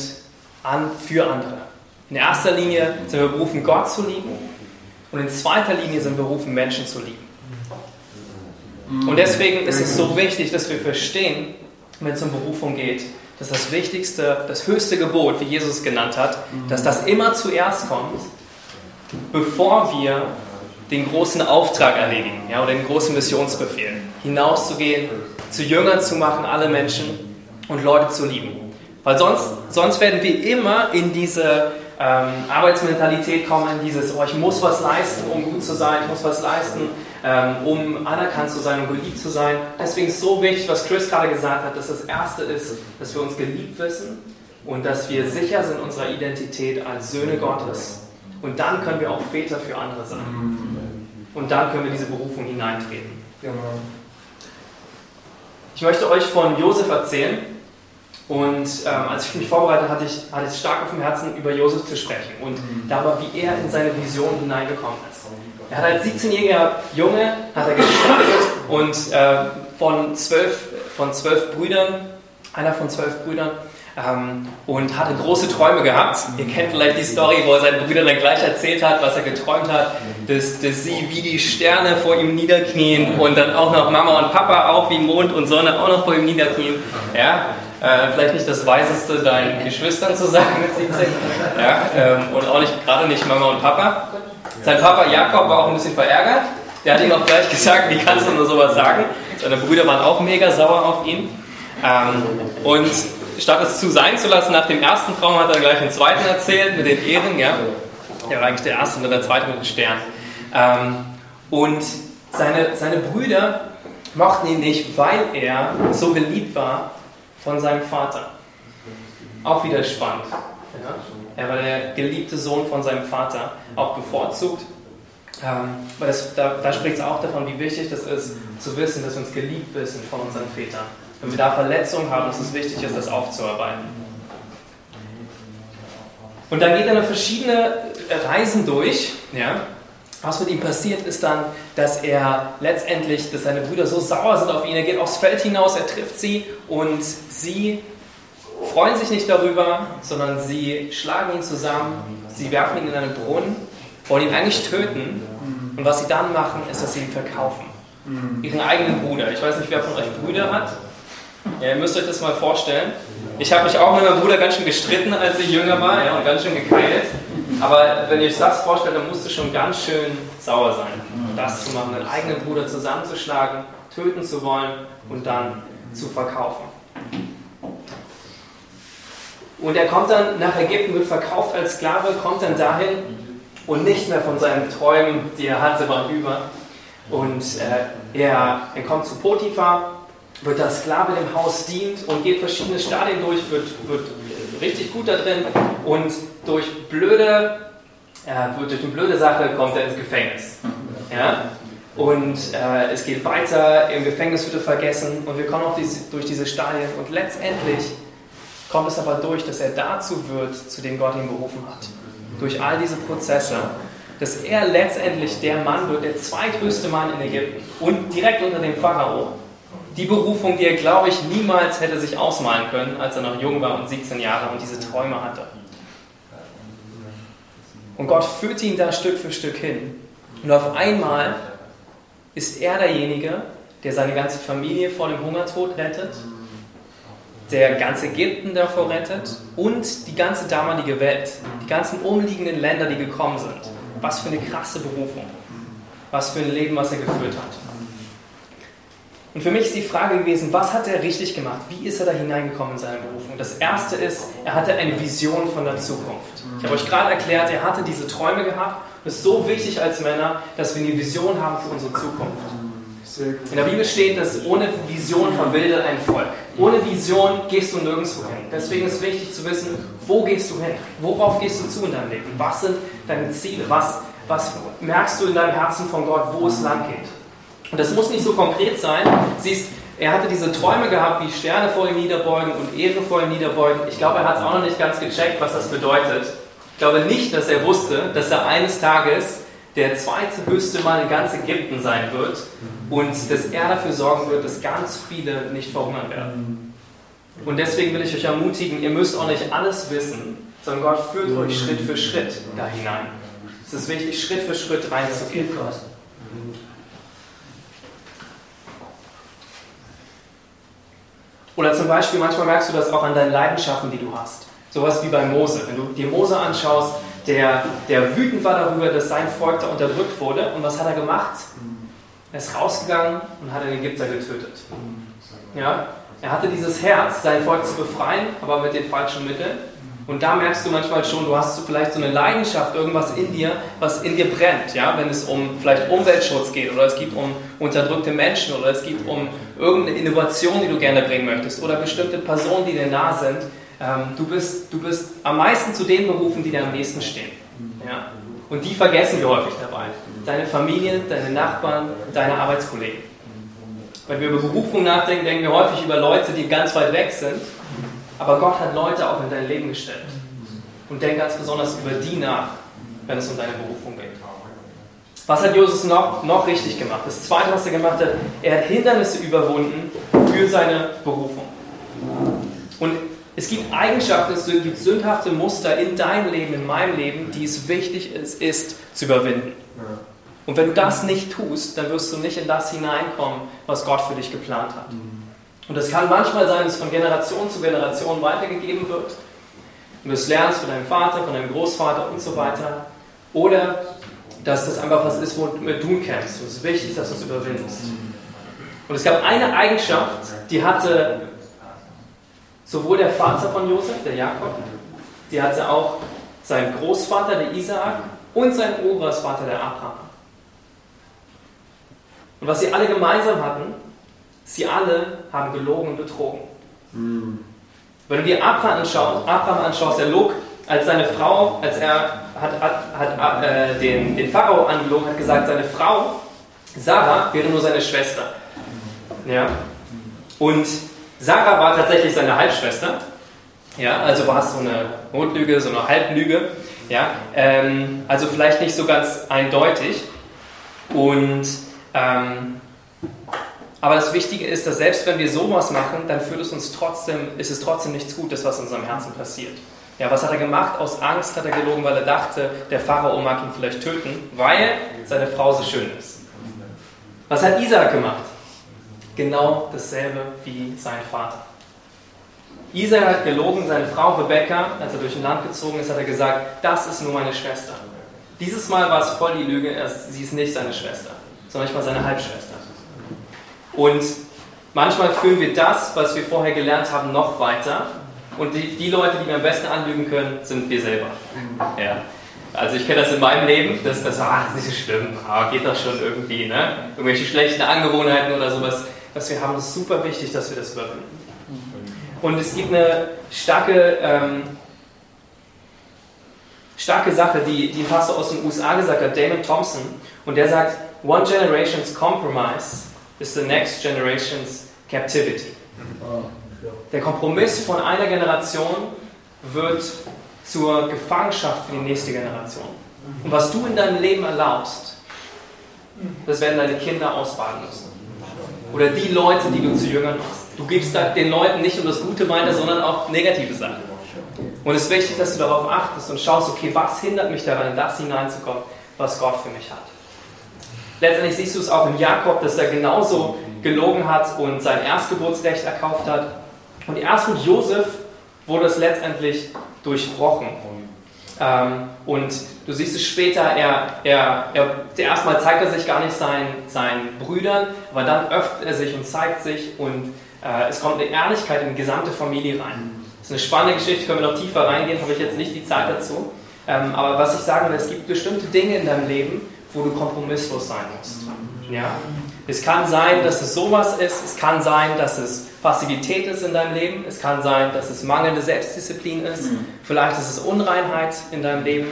S4: an, für andere. In erster Linie sind wir berufen, Gott zu lieben und in zweiter Linie sind wir berufen, Menschen zu lieben. Und deswegen ist es so wichtig, dass wir verstehen, wenn es um Berufung geht, dass das wichtigste, das höchste Gebot, wie Jesus genannt hat, dass das immer zuerst kommt, bevor wir den großen Auftrag erledigen ja, oder den großen Missionsbefehl, hinauszugehen, zu Jüngern zu machen, alle Menschen und Leute zu lieben. Weil sonst, sonst werden wir immer in diese ähm, Arbeitsmentalität kommen, dieses, oh, ich muss was leisten, um gut zu sein, ich muss was leisten, ähm, um anerkannt zu sein, um geliebt zu sein. Deswegen ist so wichtig, was Chris gerade gesagt hat, dass das Erste ist, dass wir uns geliebt wissen und dass wir sicher sind unserer Identität als Söhne Gottes. Und dann können wir auch Väter für andere sein. Und dann können wir diese Berufung hineintreten. Ich möchte euch von Josef erzählen. Und ähm, als ich mich vorbereitet hatte, ich, hatte ich es stark auf dem Herzen, über Josef zu sprechen und darüber, wie er in seine Vision hineingekommen ist. Er hat als 17-jähriger Junge hat er gestartet und äh, von, zwölf, von zwölf Brüdern, einer von zwölf Brüdern, ähm, und hatte große Träume gehabt. Ihr kennt vielleicht die Story, wo er seinen Brüdern dann gleich erzählt hat, was er geträumt hat, dass, dass sie wie die Sterne vor ihm niederknien und dann auch noch Mama und Papa auch wie Mond und Sonne auch noch vor ihm niederknien. Ja? Äh, vielleicht nicht das Weiseste, deinen Geschwistern zu sagen mit 17 ja? ähm, und auch nicht gerade nicht Mama und Papa. Sein Papa Jakob war auch ein bisschen verärgert. Der hat ihm auch gleich gesagt, wie kannst du nur sowas sagen? Seine Brüder waren auch mega sauer auf ihn. Ähm, und statt es zu sein zu lassen, nach dem ersten Traum hat er gleich den zweiten erzählt mit den Ehren. Ja? Der war eigentlich der erste und der zweite mit dem Stern. Ähm, und seine, seine Brüder mochten ihn nicht, weil er so geliebt war von seinem Vater. Auch wieder spannend. Ja? Er war der geliebte Sohn von seinem Vater, auch bevorzugt. Ähm, weil das, da, da spricht es auch davon, wie wichtig das ist, zu wissen, dass wir uns geliebt wissen von unseren Vätern. Wenn wir da Verletzungen haben, dass es wichtig ist, das aufzuarbeiten. Und dann geht er noch verschiedene Reisen durch. Ja? Was mit ihm passiert, ist dann, dass er letztendlich, dass seine Brüder so sauer sind auf ihn, er geht aufs Feld hinaus, er trifft sie und sie freuen sich nicht darüber, sondern sie schlagen ihn zusammen, sie werfen ihn in einen Brunnen, wollen ihn eigentlich töten und was sie dann machen, ist, dass sie ihn verkaufen. Ihren eigenen Bruder. Ich weiß nicht, wer von euch Brüder hat. Ja, ihr müsst euch das mal vorstellen. Ich habe mich auch mit meinem Bruder ganz schön gestritten, als ich jünger war ja, und ganz schön gekeilt. Aber wenn ihr euch das vorstellt, dann musst du schon ganz schön sauer sein, um das zu machen, deinen eigenen Bruder zusammenzuschlagen, töten zu wollen und dann zu verkaufen. Und er kommt dann nach Ägypten, wird verkauft als Sklave, kommt dann dahin und nicht mehr von seinen Träumen, die er hatte, war über. Und äh, er, er kommt zu Potiphar, wird als Sklave dem Haus dient und geht verschiedene Stadien durch, wird, wird richtig gut da drin und durch blöde, äh, durch eine blöde Sache kommt er ins Gefängnis. Ja? Und äh, es geht weiter, im Gefängnis wird er vergessen und wir kommen auch dies- durch diese Stadien und letztendlich kommt es aber durch, dass er dazu wird, zu dem Gott ihn berufen hat. Durch all diese Prozesse, dass er letztendlich der Mann wird, der zweitgrößte Mann in Ägypten und direkt unter dem Pharao. Die Berufung, die er, glaube ich, niemals hätte sich ausmalen können, als er noch jung war und 17 Jahre und diese Träume hatte. Und Gott führt ihn da Stück für Stück hin. Und auf einmal ist er derjenige, der seine ganze Familie vor dem Hungertod rettet, der ganz Ägypten davor rettet und die ganze damalige Welt, die ganzen umliegenden Länder, die gekommen sind. Was für eine krasse Berufung. Was für ein Leben, was er geführt hat. Und für mich ist die Frage gewesen, was hat er richtig gemacht? Wie ist er da hineingekommen in seine Berufung? Das erste ist, er hatte eine Vision von der Zukunft. Ich habe euch gerade erklärt, er hatte diese Träume gehabt. Das ist so wichtig als Männer, dass wir eine Vision haben für unsere Zukunft. In der Bibel steht, dass ohne Vision verwildert ein Volk. Ohne Vision gehst du nirgendwo hin. Deswegen ist wichtig zu wissen, wo gehst du hin? Worauf gehst du zu in deinem Leben? Was sind deine Ziele? Was, was merkst du in deinem Herzen von Gott, wo es lang geht? Und das muss nicht so konkret sein. Siehst, er hatte diese Träume gehabt, wie Sterne vor ihm niederbeugen und Ehre vor ihm niederbeugen. Ich glaube, er hat es auch noch nicht ganz gecheckt, was das bedeutet. Ich glaube nicht, dass er wusste, dass er eines Tages der zweithöchste Mann in ganz Ägypten sein wird und dass er dafür sorgen wird, dass ganz viele nicht verhungern werden. Und deswegen will ich euch ermutigen, ihr müsst auch nicht alles wissen, sondern Gott führt euch Schritt für Schritt da hinein. Es ist wichtig, Schritt für Schritt reinzugehen. Oder zum Beispiel, manchmal merkst du das auch an deinen Leidenschaften, die du hast. Sowas wie bei Mose. Wenn du dir Mose anschaust, der, der wütend war darüber, dass sein Volk da unterdrückt wurde. Und was hat er gemacht? Er ist rausgegangen und hat den Ägypter getötet. Ja? Er hatte dieses Herz, sein Volk zu befreien, aber mit den falschen Mitteln. Und da merkst du manchmal schon, du hast so vielleicht so eine Leidenschaft, irgendwas in dir, was in dir brennt. Ja? Wenn es um vielleicht Umweltschutz geht oder es geht um unterdrückte Menschen oder es geht um irgendeine Innovation, die du gerne bringen möchtest oder bestimmte Personen, die dir nah sind. Ähm, du, bist, du bist am meisten zu den berufen, die dir am nächsten stehen. Ja? Und die vergessen wir häufig dabei. Deine Familie, deine Nachbarn, deine Arbeitskollegen. Wenn wir über Berufung nachdenken, denken wir häufig über Leute, die ganz weit weg sind. Aber Gott hat Leute auch in dein Leben gestellt. Und denk ganz besonders über die nach, wenn es um deine Berufung geht. Was hat Jesus noch, noch richtig gemacht? Das Zweite, was er gemacht hat, er hat Hindernisse überwunden für seine Berufung. Und es gibt Eigenschaften, es gibt sündhafte Muster in deinem Leben, in meinem Leben, die es wichtig ist, ist zu überwinden. Und wenn du das nicht tust, dann wirst du nicht in das hineinkommen, was Gott für dich geplant hat. Und das kann manchmal sein, dass von Generation zu Generation weitergegeben wird. Und du es lernst von deinem Vater, von deinem Großvater und so weiter. Oder dass das einfach was ist, womit du kämpfst. Und es ist wichtig, dass du es überwindest. Und es gab eine Eigenschaft, die hatte sowohl der Vater von Josef, der Jakob, die hatte auch sein Großvater, der Isaak, und sein Urgroßvater, der Abraham. Und was sie alle gemeinsam hatten, Sie alle haben gelogen und betrogen. Wenn du dir Abraham anschaust, Abraham anschaust, er log als seine Frau, als er hat, hat, hat äh, den, den Pharao angelogen, hat gesagt, seine Frau Sarah wäre nur seine Schwester. Ja. Und Sarah war tatsächlich seine Halbschwester, Ja, also war es so eine Notlüge, so eine Halblüge. Ja, ähm, also vielleicht nicht so ganz eindeutig. Und ähm, aber das Wichtige ist, dass selbst wenn wir sowas machen, dann führt es uns trotzdem, ist es trotzdem nichts Gutes, was in unserem Herzen passiert. Ja, was hat er gemacht? Aus Angst hat er gelogen, weil er dachte, der Pharao mag ihn vielleicht töten, weil seine Frau so schön ist. Was hat Isaac gemacht? Genau dasselbe wie sein Vater. Isaac hat gelogen, seine Frau Rebecca, als er durch ein Land gezogen ist, hat er gesagt, das ist nur meine Schwester. Dieses Mal war es voll die Lüge, er ist- sie ist nicht seine Schwester, sondern ich war seine Halbschwester. Und manchmal führen wir das, was wir vorher gelernt haben, noch weiter. Und die, die Leute, die wir am besten anlügen können, sind wir selber. Ja. Also ich kenne das in meinem Leben, dass das, ah, das ist nicht so schlimm, ah, geht das schon irgendwie, ne? Irgendwelche schlechten Angewohnheiten oder sowas, was wir haben, ist super wichtig, dass wir das überwinden. Und es gibt eine starke, ähm, starke Sache, die, die ein Pastor aus den USA gesagt hat, Damon Thompson. Und der sagt, One generation's compromise is the next generation's captivity. Der Kompromiss von einer Generation wird zur Gefangenschaft für die nächste Generation. Und was du in deinem Leben erlaubst, das werden deine Kinder ausbaden müssen. Oder die Leute, die du zu Jüngern machst. Du gibst da den Leuten nicht nur das Gute weiter, sondern auch negative Sachen. Und es ist wichtig, dass du darauf achtest und schaust, okay, was hindert mich daran, in das hineinzukommen, was Gott für mich hat. Letztendlich siehst du es auch in Jakob, dass er genauso gelogen hat und sein Erstgeburtsrecht erkauft hat. Und erst mit Josef wurde es letztendlich durchbrochen. Ähm, und du siehst es später, er, er, er, erstmal zeigt er sich gar nicht seinen, seinen Brüdern, aber dann öffnet er sich und zeigt sich und äh, es kommt eine Ehrlichkeit in die gesamte Familie rein. Das ist eine spannende Geschichte, können wir noch tiefer reingehen, habe ich jetzt nicht die Zeit dazu. Ähm, aber was ich sagen will, es gibt bestimmte Dinge in deinem Leben, wo du kompromisslos sein musst. Ja? Es kann sein, dass es sowas ist, es kann sein, dass es Passivität ist in deinem Leben, es kann sein, dass es mangelnde Selbstdisziplin ist, vielleicht ist es Unreinheit in deinem Leben,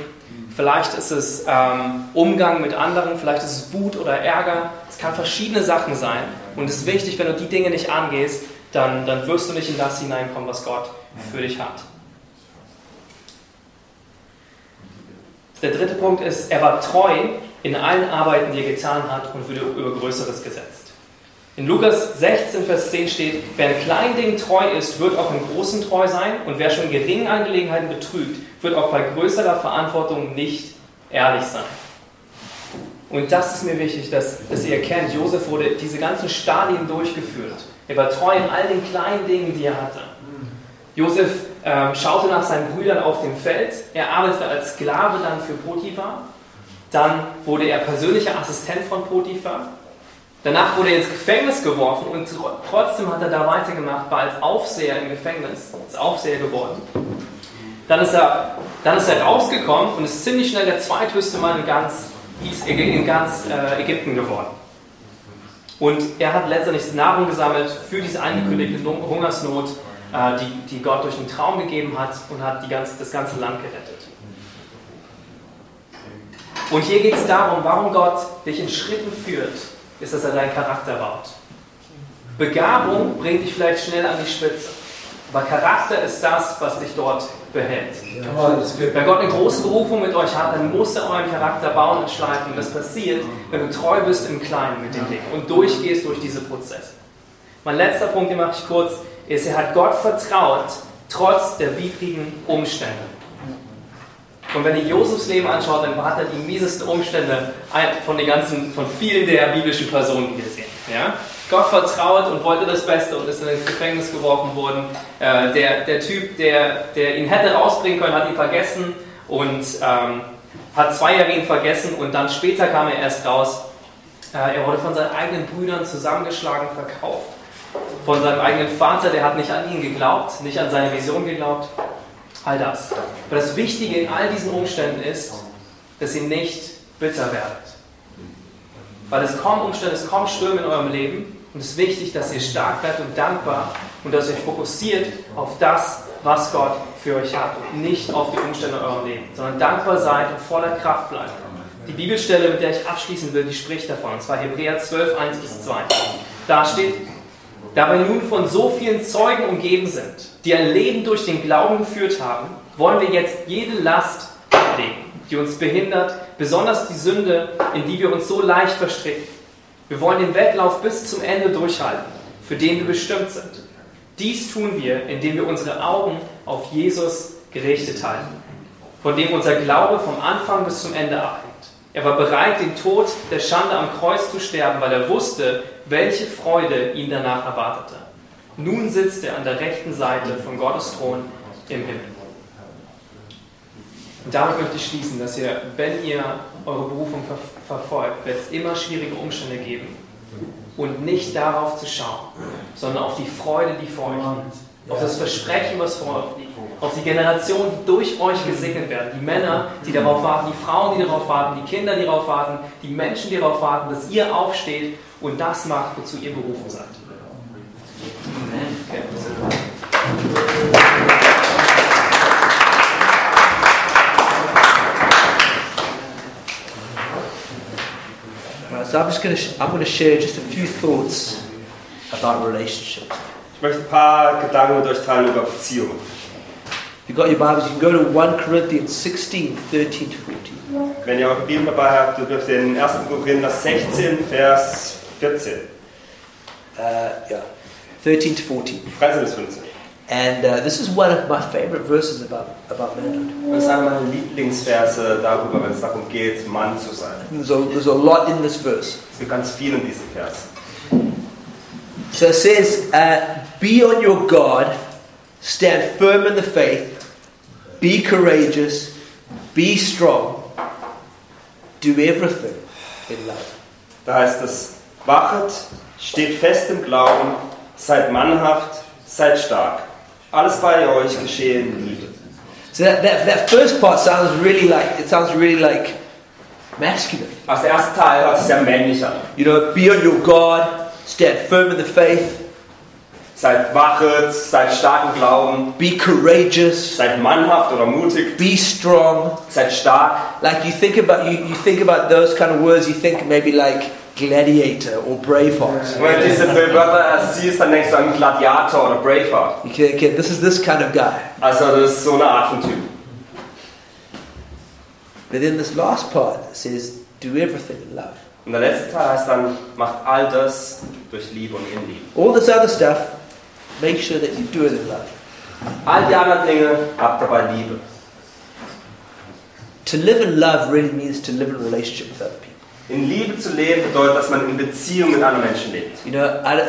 S4: vielleicht ist es ähm, Umgang mit anderen, vielleicht ist es Wut oder Ärger, es kann verschiedene Sachen sein und es ist wichtig, wenn du die Dinge nicht angehst, dann, dann wirst du nicht in das hineinkommen, was Gott für dich hat. Der dritte Punkt ist, er war treu in allen Arbeiten, die er getan hat und wurde über Größeres gesetzt. In Lukas 16, Vers 10 steht, wer in kleinen Dingen treu ist, wird auch in großen treu sein und wer schon in geringen Angelegenheiten betrügt, wird auch bei größerer Verantwortung nicht ehrlich sein. Und das ist mir wichtig, dass, dass ihr erkennt, Josef wurde diese ganzen Stadien durchgeführt. Er war treu in all den kleinen Dingen, die er hatte. Josef ähm, schaute nach seinen Brüdern auf dem Feld. Er arbeitete als Sklave dann für Potiphar. Dann wurde er persönlicher Assistent von Potiphar. Danach wurde er ins Gefängnis geworfen und tr- trotzdem hat er da weitergemacht, war als Aufseher im Gefängnis, als Aufseher geworden. Dann ist er, dann ist er rausgekommen und ist ziemlich schnell der zweithöchste Mann in ganz, Is- in ganz äh, Ägypten geworden. Und er hat letztendlich Nahrung gesammelt für diese angekündigte Lung- Hungersnot, äh, die, die Gott durch einen Traum gegeben hat und hat die ganze, das ganze Land gerettet. Und hier geht es darum, warum Gott dich in Schritten führt, ist, dass er deinen Charakter baut. Begabung bringt dich vielleicht schnell an die Spitze, aber Charakter ist das, was dich dort behält. Wenn Gott eine große Berufung mit euch hat, dann muss er euren Charakter bauen und schleifen. Und das passiert, wenn du treu bist im Kleinen mit den Dingen und durchgehst durch diese Prozesse. Mein letzter Punkt, den mache ich kurz, ist, er hat Gott vertraut, trotz der widrigen Umstände. Und wenn ihr Josefs Leben anschaut, dann hat er die miesesten Umstände ein- von, den ganzen, von vielen der biblischen Personen, die wir sehen. Ja? Gott vertraut und wollte das Beste und ist dann ins Gefängnis geworfen worden. Äh, der, der Typ, der, der ihn hätte rausbringen können, hat ihn vergessen und ähm, hat zwei Jahre ihn vergessen und dann später kam er erst raus. Äh, er wurde von seinen eigenen Brüdern zusammengeschlagen, verkauft. Von seinem eigenen Vater, der hat nicht an ihn geglaubt, nicht an seine Vision geglaubt. All das. Aber das Wichtige in all diesen Umständen ist, dass ihr nicht bitter werdet. Weil es kommen Umstände, es kommen Stürme in eurem Leben und es ist wichtig, dass ihr stark bleibt und dankbar und dass ihr euch fokussiert auf das, was Gott für euch hat und nicht auf die Umstände in eurem Leben, sondern dankbar seid und voller Kraft bleibt. Die Bibelstelle, mit der ich abschließen will, die spricht davon, und zwar Hebräer 12, 1 bis 2. Da steht, Da wir nun von so vielen Zeugen umgeben sind, die ein Leben durch den Glauben geführt haben, wollen wir jetzt jede Last ablegen, die uns behindert, besonders die Sünde, in die wir uns so leicht verstricken. Wir wollen den Wettlauf bis zum Ende durchhalten, für den wir bestimmt sind. Dies tun wir, indem wir unsere Augen auf Jesus gerichtet halten, von dem unser Glaube vom Anfang bis zum Ende abhängt. Er war bereit, den Tod der Schande am Kreuz zu sterben, weil er wusste, welche Freude ihn danach erwartete. Nun sitzt er an der rechten Seite von Gottes Thron im Himmel. Und damit möchte ich schließen, dass ihr, wenn ihr eure Berufung ver verfolgt, wird es immer schwierige Umstände geben. Und nicht darauf zu schauen, sondern auf die Freude, die vor euch liegt. Auf das Versprechen, was vor euch liegt. Auf die Generation, die durch euch gesegnet werden. Die Männer, die darauf warten, die Frauen, die darauf warten, die Kinder, die darauf warten, die Menschen, die darauf warten, dass ihr aufsteht und das macht, wozu ihr berufen seid. Okay, das ist-
S1: Right, so I'm just going to, I'm going to share just a few thoughts about relationships.
S2: Ich möchte ein paar Gedanken mit euch teilen über Beziehungen.
S1: If you've got your Bibles, you can go to 1 Corinthians 16, 13 to 14.
S2: Wenn ihr eure Bibel dabei habt, ihr dürft den 1. Korinther 16, Vers 14,
S1: Uh, yeah, 13 to 14.
S2: 13 bis 15.
S1: And uh, this is one of my favorite verses about, about manhood.
S2: Das ist einer meiner Lieblingsverse darüber, wenn es darum geht, Mann zu sein.
S1: There's a, there's a lot in this verse.
S2: Es gibt ganz viel in diesem Vers.
S1: So it says, uh, Be on your guard, stand firm in the faith, be courageous, be strong, do everything in love.
S2: Da heißt es, wachet, steht fest im Glauben, seid mannhaft, seid stark. Alles bei euch geschehe in Liebe.
S1: So that, that, that first part sounds really like, it sounds really like masculine.
S2: Also der erste Teil hört sich sehr männlich an.
S1: You know, be on your guard, stand firm in the faith,
S2: Seid wachet, seid stark im Glauben,
S1: be courageous,
S2: seid mannhaft oder mutig,
S1: be strong.
S2: seid stark.
S1: Like you think about you, you think about those kind of words, you think maybe like gladiator or braveheart.
S2: Und wenn du diese drei Wörter erst siehst, dann denkst du an Gladiator oder Braveheart.
S1: You can, okay, this is this kind of guy.
S2: Also das ist so eine Art von Typ.
S1: But then this last part that says do everything in love.
S2: Und der letzte Teil heißt dann, macht all das durch Liebe und in Liebe.
S1: All this other stuff, make sure that you do it in love.
S2: All die anderen Dinge habt dabei Liebe.
S1: To live in love really means to live in relationship with other people.
S2: In Liebe zu leben bedeutet, dass man in Beziehung mit anderen Menschen lebt.
S1: You know, I, don't-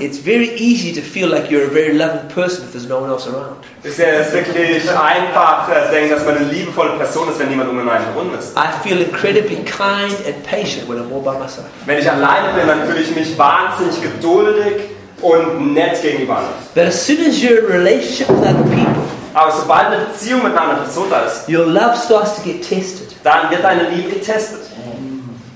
S1: it's very easy to feel like you're a very loving person if there's no one else around.
S2: Es ist ja es ist wirklich einfach äh, zu denken, dass man eine liebevolle Person ist, wenn niemand um einen herum ist.
S1: I feel incredibly kind and patient when I'm all by myself.
S2: Wenn ich alleine bin, dann fühle ich mich wahnsinnig geduldig und nett gegenüber anderen.
S1: But as soon as you're in a relationship with other people,
S2: Aber sobald eine Beziehung mit einer anderen Person da ist,
S1: your love starts to get tested.
S2: dann wird deine Liebe getestet.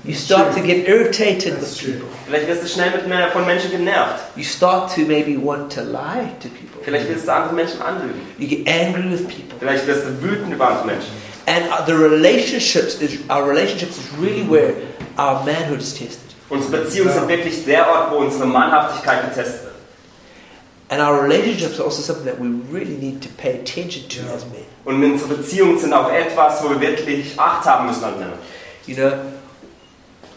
S1: You start to get irritated with people.
S2: Vielleicht wirst du schnell mit mehr von Menschen genervt.
S1: You start to maybe want to lie to people.
S2: Vielleicht willst du andere Menschen anlügen.
S1: You get angry with people.
S2: Vielleicht wirst du wütend über andere Menschen.
S1: And uh, the relationships is our relationships is really where our manhood is tested.
S2: Unsere Beziehungen sind wirklich der Ort, wo unsere Mannhaftigkeit getestet wird.
S1: And our relationships are also something that we really need to pay attention to as men.
S2: Und unsere Beziehungen sind auch etwas, wo wir wirklich Acht haben müssen an denen.
S1: You know,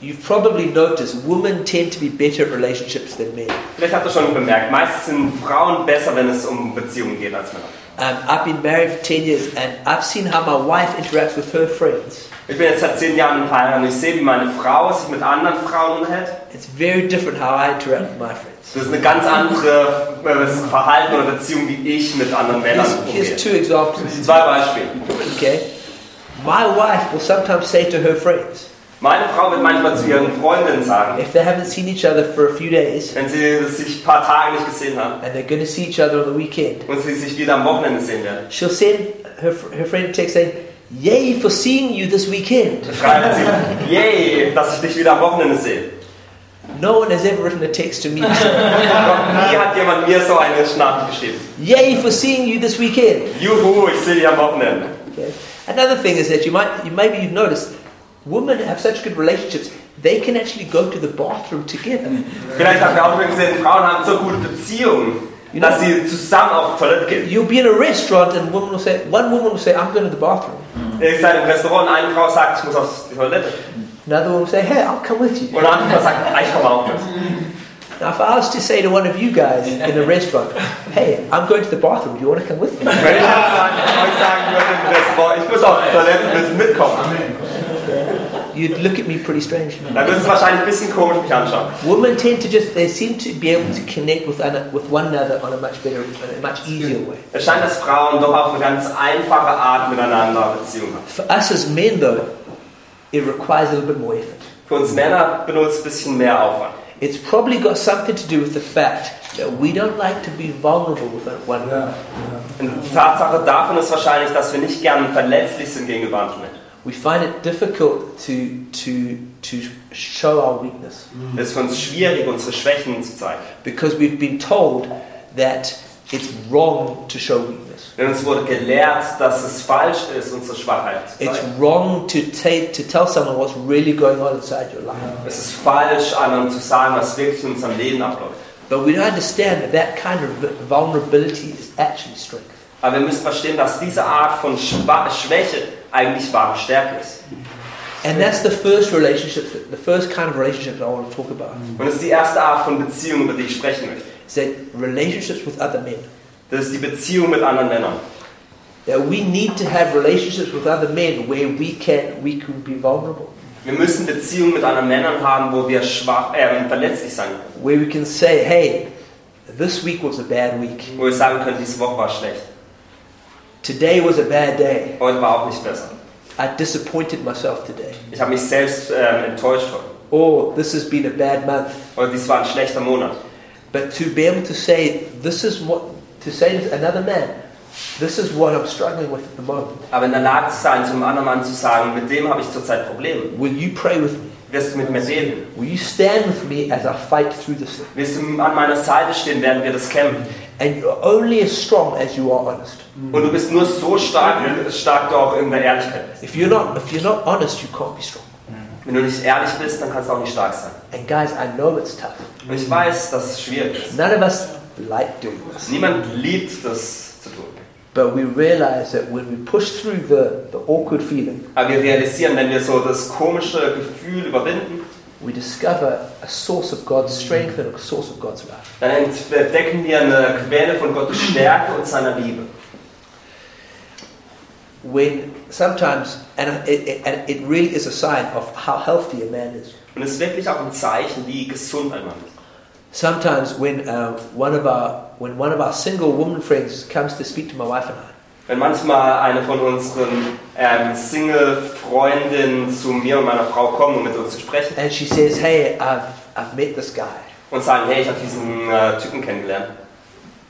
S1: you've probably noticed women tend to be better at relationships than men.
S2: Vielleicht habt ihr schon bemerkt, meistens sind Frauen besser, wenn es um Beziehungen geht als Männer.
S1: Um, I've been married for 10 years and I've seen how my wife interacts with her friends.
S2: Ich bin jetzt seit zehn Jahren im Heirat und ich sehe, wie meine Frau sich mit anderen Frauen unterhält.
S1: It's very different how I interact with my friends.
S2: Das ist eine ganz andere äh, Verhalten oder Beziehung, wie ich mit anderen Männern
S1: Here's,
S2: umgehe.
S1: here's two examples.
S2: Zwei Beispiele.
S1: Okay, my wife will sometimes say to her friends
S2: Meine Frau wird manchmal zu ihren Freundinnen sagen,
S1: if they haven't seen each other for a few days
S2: wenn sie sich ein paar Tage nicht gesehen haben
S1: and they're going to see each other on the weekend,
S2: und sie sich wieder am Wochenende sehen werden,
S1: she'll send her her friend a text saying, "Yay for seeing you this weekend."
S2: schreibt sie, yay, dass ich dich wieder am Wochenende sehe.
S1: No one has ever written a text to me. [LAUGHS]
S2: Noch nie hat jemand mir so eine Nachricht geschrieben.
S1: Yay for seeing you this weekend.
S2: Juhu, ich sehe dich am Wochenende.
S1: Okay. Another thing is that you might, you, maybe you've noticed, women have such good relationships they can actually go to the bathroom together.
S2: Vielleicht habt ihr auch schon gesehen, Frauen haben so gute Beziehungen, dass sie zusammen auf die Toilette gehen.
S1: You'll be in a restaurant and woman will say, one woman will say, I'm going to the bathroom.
S2: Ihr seid im Restaurant und eine Frau sagt, ich muss auf die Toilette.
S1: Another woman will say, hey, I'll come with you.
S2: Und eine andere Frau sagt, "Ah, ich komme auch mit.
S1: Now, if I was to say to one of you guys in a restaurant, hey, I'm going to the bathroom, do you want to come with me?
S2: Wenn ich jetzt sagen- euch sagen würde im Restaurant, ich muss auf die Toilette, willst du mitkommen?
S1: You'd look at me pretty strangely.
S2: Dann würdest du wahrscheinlich ein bisschen komisch mich anschauen.
S1: Women tend to just, they seem to be able to connect with, un- with one another on a much better, on a much easier way.
S2: Es scheint, dass Frauen doch auf eine ganz einfache Art miteinander Beziehungen haben.
S1: For us as men, though, it requires a little bit more effort.
S2: Für uns Männer benutzt ein bisschen mehr Aufwand.
S1: It's probably got something to do with the fact that we don't like to be vulnerable with one another.
S2: Und die Tatsache davon ist wahrscheinlich, dass wir nicht gern verletzlich sind gegenüber anderen Menschen.
S1: We find it difficult to, to, to show our weakness
S2: Es ist für uns schwierig, unsere Schwächen zu zeigen.
S1: because we've been told that it's wrong to show weakness.
S2: Denn uns wurde gelehrt, dass es falsch ist, unsere Schwachheit zu
S1: It's
S2: zeigen.
S1: wrong to, ta- to tell someone what's really going on inside your life.
S2: Es ist falsch, anderen zu sagen, was wirklich in unserem Leben abläuft.
S1: But we don't understand that that kind of vulnerability is actually strength.
S2: Aber wir müssen verstehen, dass diese Art von Schwa Schwäche eigentlich wahre Stärke ist.
S1: And that's the first relationship, that- the first kind of relationship that I want to talk about.
S2: Und es ist die erste Art von Beziehung, über die ich sprechen möchte.
S1: Is that relationships with other men.
S2: Das ist die Beziehung mit anderen Männern.
S1: That we need to have relationships with other men where we can we can be vulnerable,
S2: Wir müssen Beziehungen mit anderen Männern haben, wo wir schwach, äh, verletzlich sein können.
S1: where we can say, "Hey, this week was a bad week.
S2: Wo wir sagen können, diese Woche war schlecht.
S1: Today was a bad day.
S2: Heute war auch nicht besser.
S1: I disappointed myself today.
S2: Ich habe mich selbst ähm, enttäuscht heute.
S1: Or this has been a bad month."
S2: Oder dies war ein schlechter Monat.
S1: But to be able to say, "This is what," to say to another man, "This is what I'm struggling with at the moment.
S2: Aber in der Lage zu sein, zum anderen Mann zu sagen, mit dem habe ich zurzeit Probleme.
S1: Will you pray with me?
S2: Wirst du mit mir reden?
S1: Will you stand with me as I fight through this thing?"
S2: Wirst du an meiner Seite stehen, während wir das kämpfen?
S1: And you're only as strong as you are honest.
S2: Und du bist nur so stark, wie stark du auch in der Ehrlichkeit bist.
S1: If you're not, if you're not honest, you can't be strong.
S2: Wenn du nicht ehrlich bist, dann kannst du auch nicht stark sein.
S1: And guys, I know it's tough.
S2: Und ich weiß, dass es schwierig ist.
S1: None of us like doing this.
S2: Niemand liebt das zu tun.
S1: But we realize that when we push through the, the awkward feeling,
S2: Aber wir realisieren, wenn wir so das komische Gefühl überwinden,
S1: we discover a source of God's strength and a source of God's love.
S2: dann entdecken wir eine Quelle von Gottes Stärke und seiner Liebe.
S1: When sometimes, and it, it, and it really is a sign of how healthy a man is.
S2: Und es ist wirklich auch ein Zeichen, wie gesund ein Mann ist.
S1: Sometimes when uh, one of our when one of our single woman friends comes to speak to my wife and I,
S2: Wenn manchmal eine von unseren ähm, Single-Freundinnen zu mir und meiner Frau kommt, um mit uns zu sprechen
S1: and she says, "Hey, I've I've met this guy."
S2: und sagen, hey, ich habe diesen äh, Typen kennengelernt.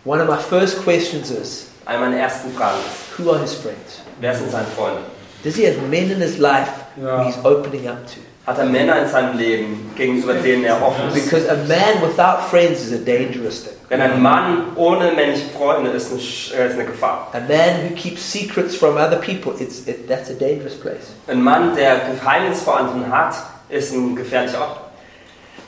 S1: One of my first questions is,
S2: Eine meiner ersten Fragen ist,
S1: "Who are his friends?
S2: wer sind seine Freunde?
S1: Does he have men in his life who he's opening up to?"
S2: Hat er Männer in seinem Leben, gegenüber denen er offen ist?
S1: Because a man without friends is a dangerous thing.
S2: Denn ein Mann ohne männliche Freunde ist eine, Sch- äh, ist eine Gefahr.
S1: A man who keeps secrets from other people, it's, it, that's a dangerous place.
S2: Ein Mann, der Geheimnis vor anderen hat, ist ein gefährlicher Ort.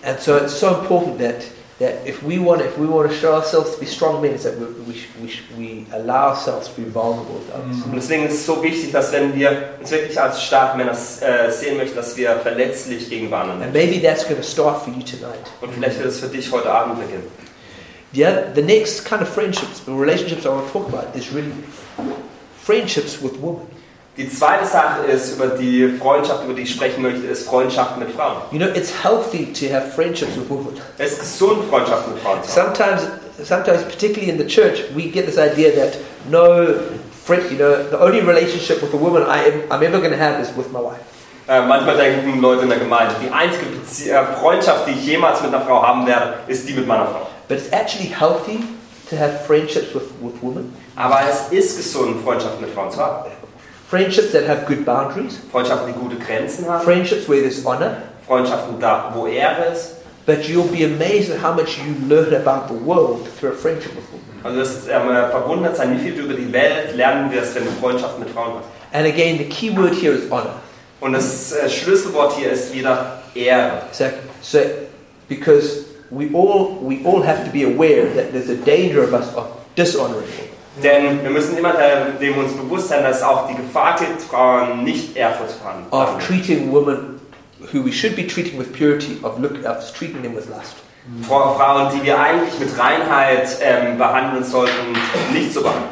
S1: And so it's so important that, that if we want if we want to show ourselves to be strong men, is that we, we, sh- we, sh- we allow ourselves to be vulnerable with others.
S2: Und deswegen ist es so wichtig, dass wenn wir uns wirklich als starke Männer äh, sehen möchten, dass wir verletzlich gegenüber anderen
S1: And
S2: sind.
S1: maybe that's going to start for you tonight.
S2: Und vielleicht wird es für dich heute Abend beginnen.
S1: The, other, the next kind of friendships, the relationships I want to talk about is really friendships with women.
S2: Die zweite Sache ist, über die Freundschaft, über die ich sprechen möchte, ist Freundschaft mit Frauen.
S1: You know, it's healthy to have friendships with women.
S2: Es ist gesund, Freundschaft mit Frauen zu haben.
S1: Sometimes, sometimes, particularly in the church, we get this idea that no, friend, you know, the only relationship with a woman I am, I'm ever going to have is with my wife.
S2: Äh, manchmal denken Leute in der Gemeinde, die einzige Bezie äh, Freundschaft, die ich jemals mit einer Frau haben werde, ist die mit meiner Frau.
S1: But it's actually healthy to have friendships with, with women,
S2: Aber es ist gesund, Freundschaft mit Frauen zu haben.
S1: friendships that have good boundaries,
S2: Freundschaften, die gute Grenzen haben.
S1: friendships where there's honor.
S2: Freundschaften da, wo Ehre ist.
S1: But you'll be amazed at how much you learn about the world through a friendship with women.
S2: Also das ist ähm, verwundert sein, wie viel du über die Welt lernen wirst, wenn du Freundschaft mit Frauen hast.
S1: And again, the key word here is honor.
S2: Und das äh, Schlüsselwort hier ist wieder Ehre.
S1: Exactly. So, because we all we all have to be aware that there's a danger of us of dishonoring. Him.
S2: Denn wir müssen immer äh, dem uns bewusst sein, dass auch die Gefahr gibt, Frauen nicht ehrfurcht haben. Also,
S1: of treating women who we should be treating with purity, of look of treating them with lust.
S2: Fra- Frauen, die wir eigentlich mit Reinheit ähm, behandeln sollten, nicht zu behandeln.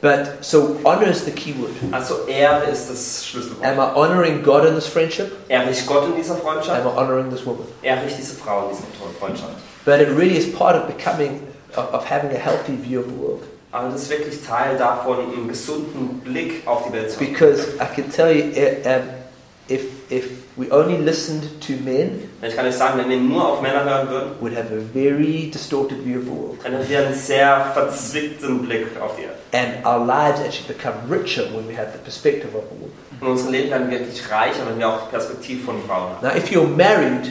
S1: But so honor is the key word.
S2: Also Ehre ist das Schlüsselwort.
S1: Am I honoring God in this friendship?
S2: Ehre ich Gott in dieser
S1: Am
S2: Freundschaft?
S1: I honoring this woman?
S2: Ehre ich diese Frau in dieser Freundschaft?
S1: But it really is part of becoming of, of having a healthy view of the world.
S2: Aber das ist wirklich Teil davon, einen gesunden Blick auf die Welt zu haben.
S1: Because I can tell you, eh, um, if if we only listened to men,
S2: Ich kann euch sagen, wenn wir nur auf Männer hören würden,
S1: we'd have a very distorted view of the world,
S2: dann hätten wir einen sehr verzwickten Blick auf die Erde.
S1: and our lives actually become richer when we have the perspective of a woman.
S2: Und unser Leben werden wirklich reicher, wenn wir auch die Perspektive von Frauen haben.
S1: Now, if you're married,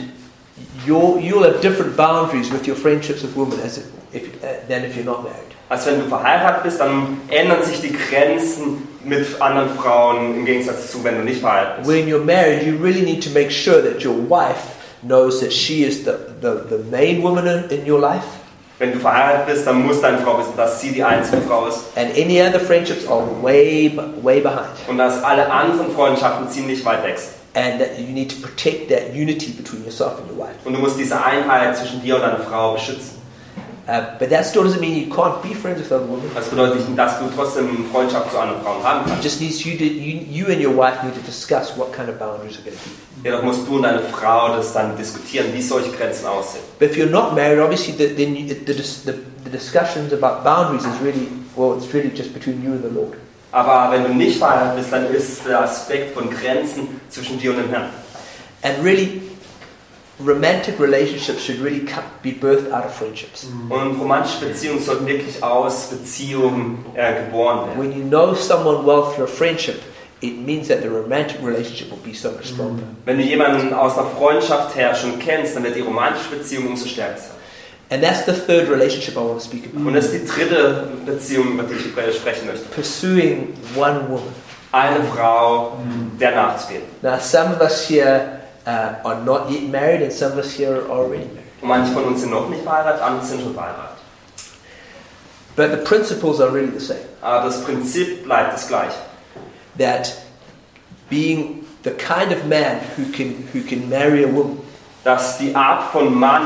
S1: you'll, you'll have different boundaries with your friendships with women as if, if, uh, than if you're not married.
S2: Als Also wenn du verheiratet bist, dann ändern sich die Grenzen mit anderen Frauen im Gegensatz zu, wenn du nicht verheiratet bist.
S1: When you're married, you really need to make sure that your wife knows that she is the, the, the main woman in, in your life,
S2: Wenn du verheiratet bist, dann muss deine Frau wissen, dass sie die einzige Frau ist
S1: and any other friendships are way, b- way behind,
S2: und dass alle anderen Freundschaften ziemlich weit weg sind.
S1: and that you need to protect that unity between yourself and your wife.
S2: Und du musst diese Einheit zwischen dir und deiner Frau beschützen.
S1: Uh, but that still doesn't mean you can't be friends with other women.
S2: Das bedeutet nicht, dass du trotzdem Freundschaft zu anderen Frauen haben
S1: It
S2: kannst.
S1: just needs you, to, you, you and your wife need to discuss what kind of boundaries are going to be.
S2: Jedoch musst du und deine Frau das dann diskutieren, wie solche Grenzen aussehen.
S1: But if you're not married, obviously, the, then you, the, dis- the, the discussions about boundaries is really, well, it's really just between you and the Lord.
S2: Aber wenn du nicht verheiratet bist, dann ist der Aspekt von Grenzen zwischen dir und dem Herrn.
S1: And really, romantic relationships should really come, be birthed out of friendships.
S2: Und romantische Beziehungen sollten wirklich aus Beziehungen äh, geboren werden.
S1: When you know someone well through a friendship, it means that the romantic relationship will be so much stronger.
S2: Wenn du jemanden aus einer Freundschaft her schon kennst, dann wird die romantische Beziehung umso stärker sein.
S1: And that's the third relationship I want to speak about
S2: Und das ist die dritte Beziehung, über die ich äh, sprechen möchte.
S1: pursuing one woman.
S2: Eine Frau, der nachzugehen.
S1: Now, some of us here uh, are not yet married, and some of us here are already married.
S2: Und manche von uns sind noch nicht verheiratet, andere sind schon verheiratet.
S1: But the principles are really the same.
S2: Aber das Prinzip bleibt das gleiche.
S1: that being the kind of man who can who can marry a woman,
S2: Dass die Art von Mann,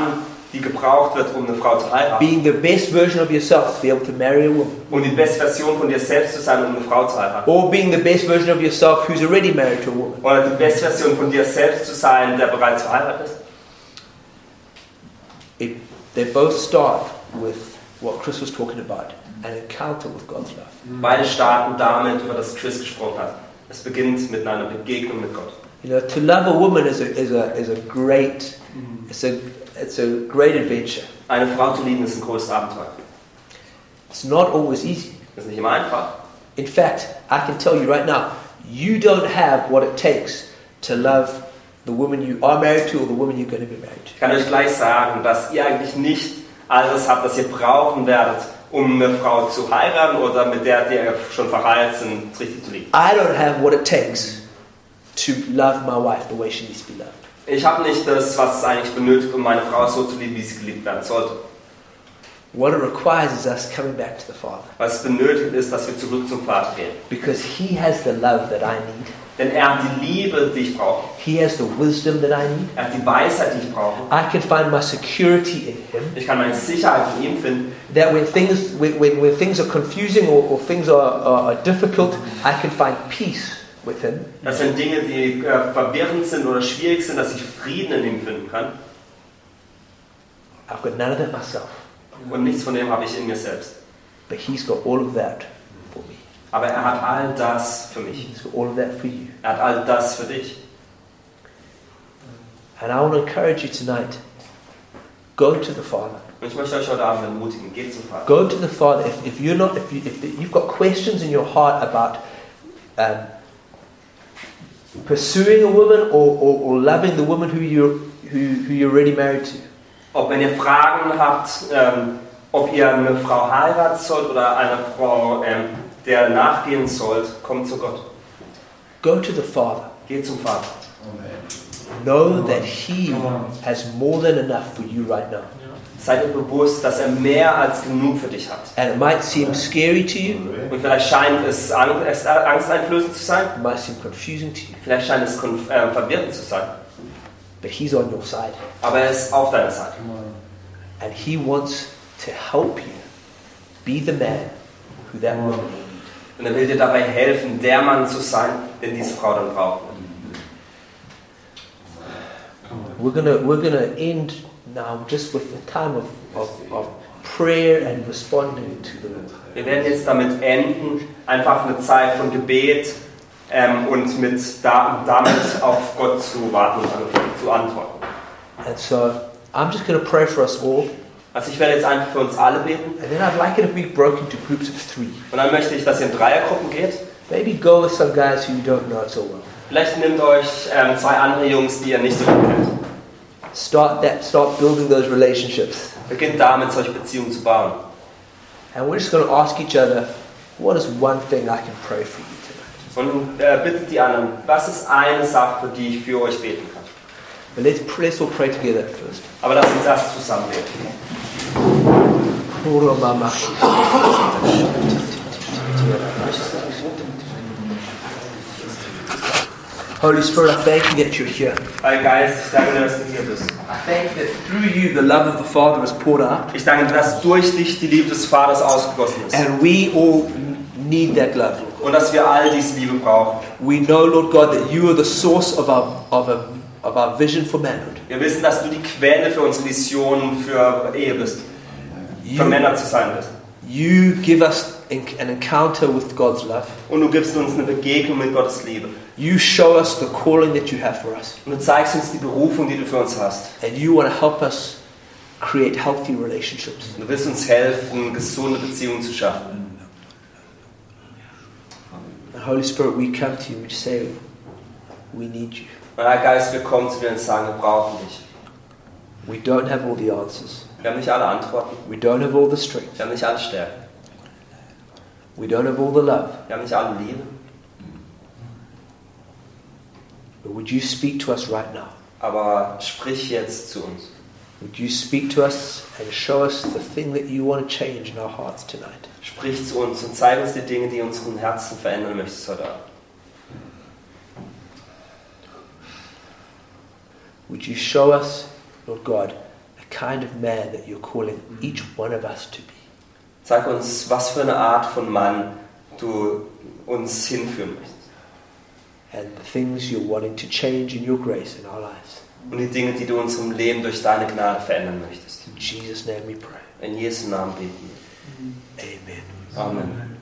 S2: die gebraucht wird, um eine Frau zu heiraten,
S1: being the best version of yourself to be able to marry a woman,
S2: um die beste Version von dir selbst zu sein, um eine Frau zu heiraten.
S1: or being the best version of yourself who's already married to a woman,
S2: Oder die beste Version von dir selbst zu sein, der bereits verheiratet ist.
S1: it, they both start with what Chris was talking about, an encounter with God's love.
S2: Beide starten damit, über das Chris gesprochen hat. Es beginnt mit einer Begegnung mit Gott.
S1: You know, to love a woman is a is a is a great it's a it's a great adventure.
S2: Eine Frau zu lieben ist ein großes Abenteuer.
S1: It's not always easy.
S2: Das ist nicht immer einfach.
S1: In fact, I can tell you right now, you don't have what it takes to love the woman you are married to or the woman you're going to be married to.
S2: Ich kann euch gleich sagen, dass ihr eigentlich nicht alles habt, was ihr brauchen werdet, um eine Frau zu heiraten oder mit der, die ihr schon verheiratet sind, richtig zu lieben.
S1: I don't have what it takes to love my wife the way she needs to be loved.
S2: Ich habe nicht das, was es eigentlich benötigt, um meine Frau so zu lieben, wie sie geliebt werden sollte.
S1: What it requires is us coming back to the Father
S2: Was es benötigt ist, dass wir zurück zum Vater gehen.
S1: because He has the love that I need.
S2: Denn er hat die Liebe, die ich brauche.
S1: He has the wisdom that I need.
S2: Er hat die Weisheit, die ich brauche.
S1: I can find my security in Him.
S2: Ich kann meine Sicherheit in ihm finden.
S1: That when things, when, when, when things are confusing or, or things are, are, are difficult, I can find peace with Him.
S2: Das sind Dinge, die äh, verwirrend sind oder schwierig sind, dass ich Frieden in ihm finden kann.
S1: I've got none of that myself.
S2: Und nichts von dem habe ich in mir selbst.
S1: But he's got all of that for me.
S2: Aber er hat all das für mich.
S1: He's got all of that for you.
S2: Er hat all das für dich.
S1: And I want to encourage you tonight go to the Father.
S2: Und ich möchte euch heute Abend ermutigen, geht zum Vater.
S1: Go to the Father. If, if, you're not, if, you, if you've got questions in your heart about um, pursuing a woman or, or, or loving the woman who you're, who, who you're already married to,
S2: Ob wenn ihr Fragen habt, ähm, ob ihr eine Frau heiraten sollt oder einer Frau, ähm, der nachgehen sollt, kommt zu Gott.
S1: go to the Father.
S2: Geht zum Vater.
S1: Know that He has more than enough for you right now.
S2: Sei dir bewusst, dass er mehr als genug für dich hat.
S1: And it might seem scary to you,
S2: Und vielleicht scheint es ang- es- äh, angsteinflößend zu sein,
S1: it might seem confusing to you,
S2: vielleicht scheint es konf- äh, verwirrend zu sein,
S1: but He's on your side.
S2: aber er ist auf deiner Seite.
S1: And He wants to help you be the man who that woman is.
S2: Und er will dir dabei helfen, der Mann zu sein, den diese Frau dann braucht.
S1: We're gonna we're gonna end now just with a time of, of, of prayer and responding to the Lord.
S2: Wir werden jetzt damit enden, einfach eine Zeit von Gebet ähm, und mit da, damit auf Gott zu warten und an- zu antworten.
S1: And so I'm just gonna pray for us all,
S2: Also ich werde jetzt einfach für uns alle beten
S1: and then I'd like it if we broke into groups of three.
S2: und dann möchte ich, dass ihr in Dreiergruppen geht.
S1: Maybe go with some guys who you don't know so well.
S2: Vielleicht nehmt euch ähm, zwei andere Jungs, die ihr nicht so gut kennt.
S1: Start that start building those relationships.
S2: Beginnt damit, solche Beziehungen zu bauen.
S1: And we're just gonna ask each other, what is one thing I can pray for you tonight?
S2: Und äh, bittet die anderen, was ist eine Sache, für die ich für euch beten kann?
S1: But let's pr- let's all pray together at first.
S2: Aber lasst uns erst zusammen beten.
S1: Ora mama. Holy Spirit, I thank you that you're here.
S2: Heiliger Geist, ich danke dir, dass du hier bist.
S1: I thank that through you the love of the Father was poured out,
S2: Ich danke dir, dass durch dich die Liebe des Vaters ausgegossen ist.
S1: and we all need that love. Lord.
S2: Und dass wir all diese Liebe brauchen.
S1: We know, Lord God, that you are the source of our of our, of our vision for manhood.
S2: Wir wissen, dass du die Quelle für unsere Visionen für Ehe bist, für
S1: You,
S2: Männer zu sein bist.
S1: you give us en- an encounter with God's love.
S2: Und du gibst uns eine Begegnung mit Gottes Liebe.
S1: You show us the calling that you have for us,
S2: Und du zeigst uns die Berufung, die du für uns hast.
S1: and you want to help us create healthy relationships.
S2: Und du willst uns helfen, gesunde Beziehungen zu schaffen.
S1: And Holy Spirit, we come to you, we say, we need you.
S2: Und Herr Geist, wir kommen zu dir und sagen, wir brauchen dich.
S1: We don't have all the answers.
S2: Wir haben nicht alle Antworten,
S1: We don't have all the strength.
S2: wir haben nicht alle Stärken,
S1: We don't have all the love.
S2: wir haben nicht alle Liebe.
S1: But would you speak to us right now?
S2: Aber sprich jetzt zu uns.
S1: Would you speak to us and show us the thing that you want to change in our hearts tonight?
S2: Sprich zu uns und zeig uns die Dinge, die unseren Herzen verändern möchtest heute Abend.
S1: Would you show us, Lord God, the kind of man that you're calling each one of us to be?
S2: Sag uns, was für eine Art von Mann du uns hinführen möchtest.
S1: And the things you're wanting to change in your grace in our lives.
S2: Und die Dinge, die du unserem Leben durch deine Gnade verändern möchtest.
S1: In Jesus' name we pray.
S2: In Jesu Namen beten.
S1: Amen.
S2: wir. Amen.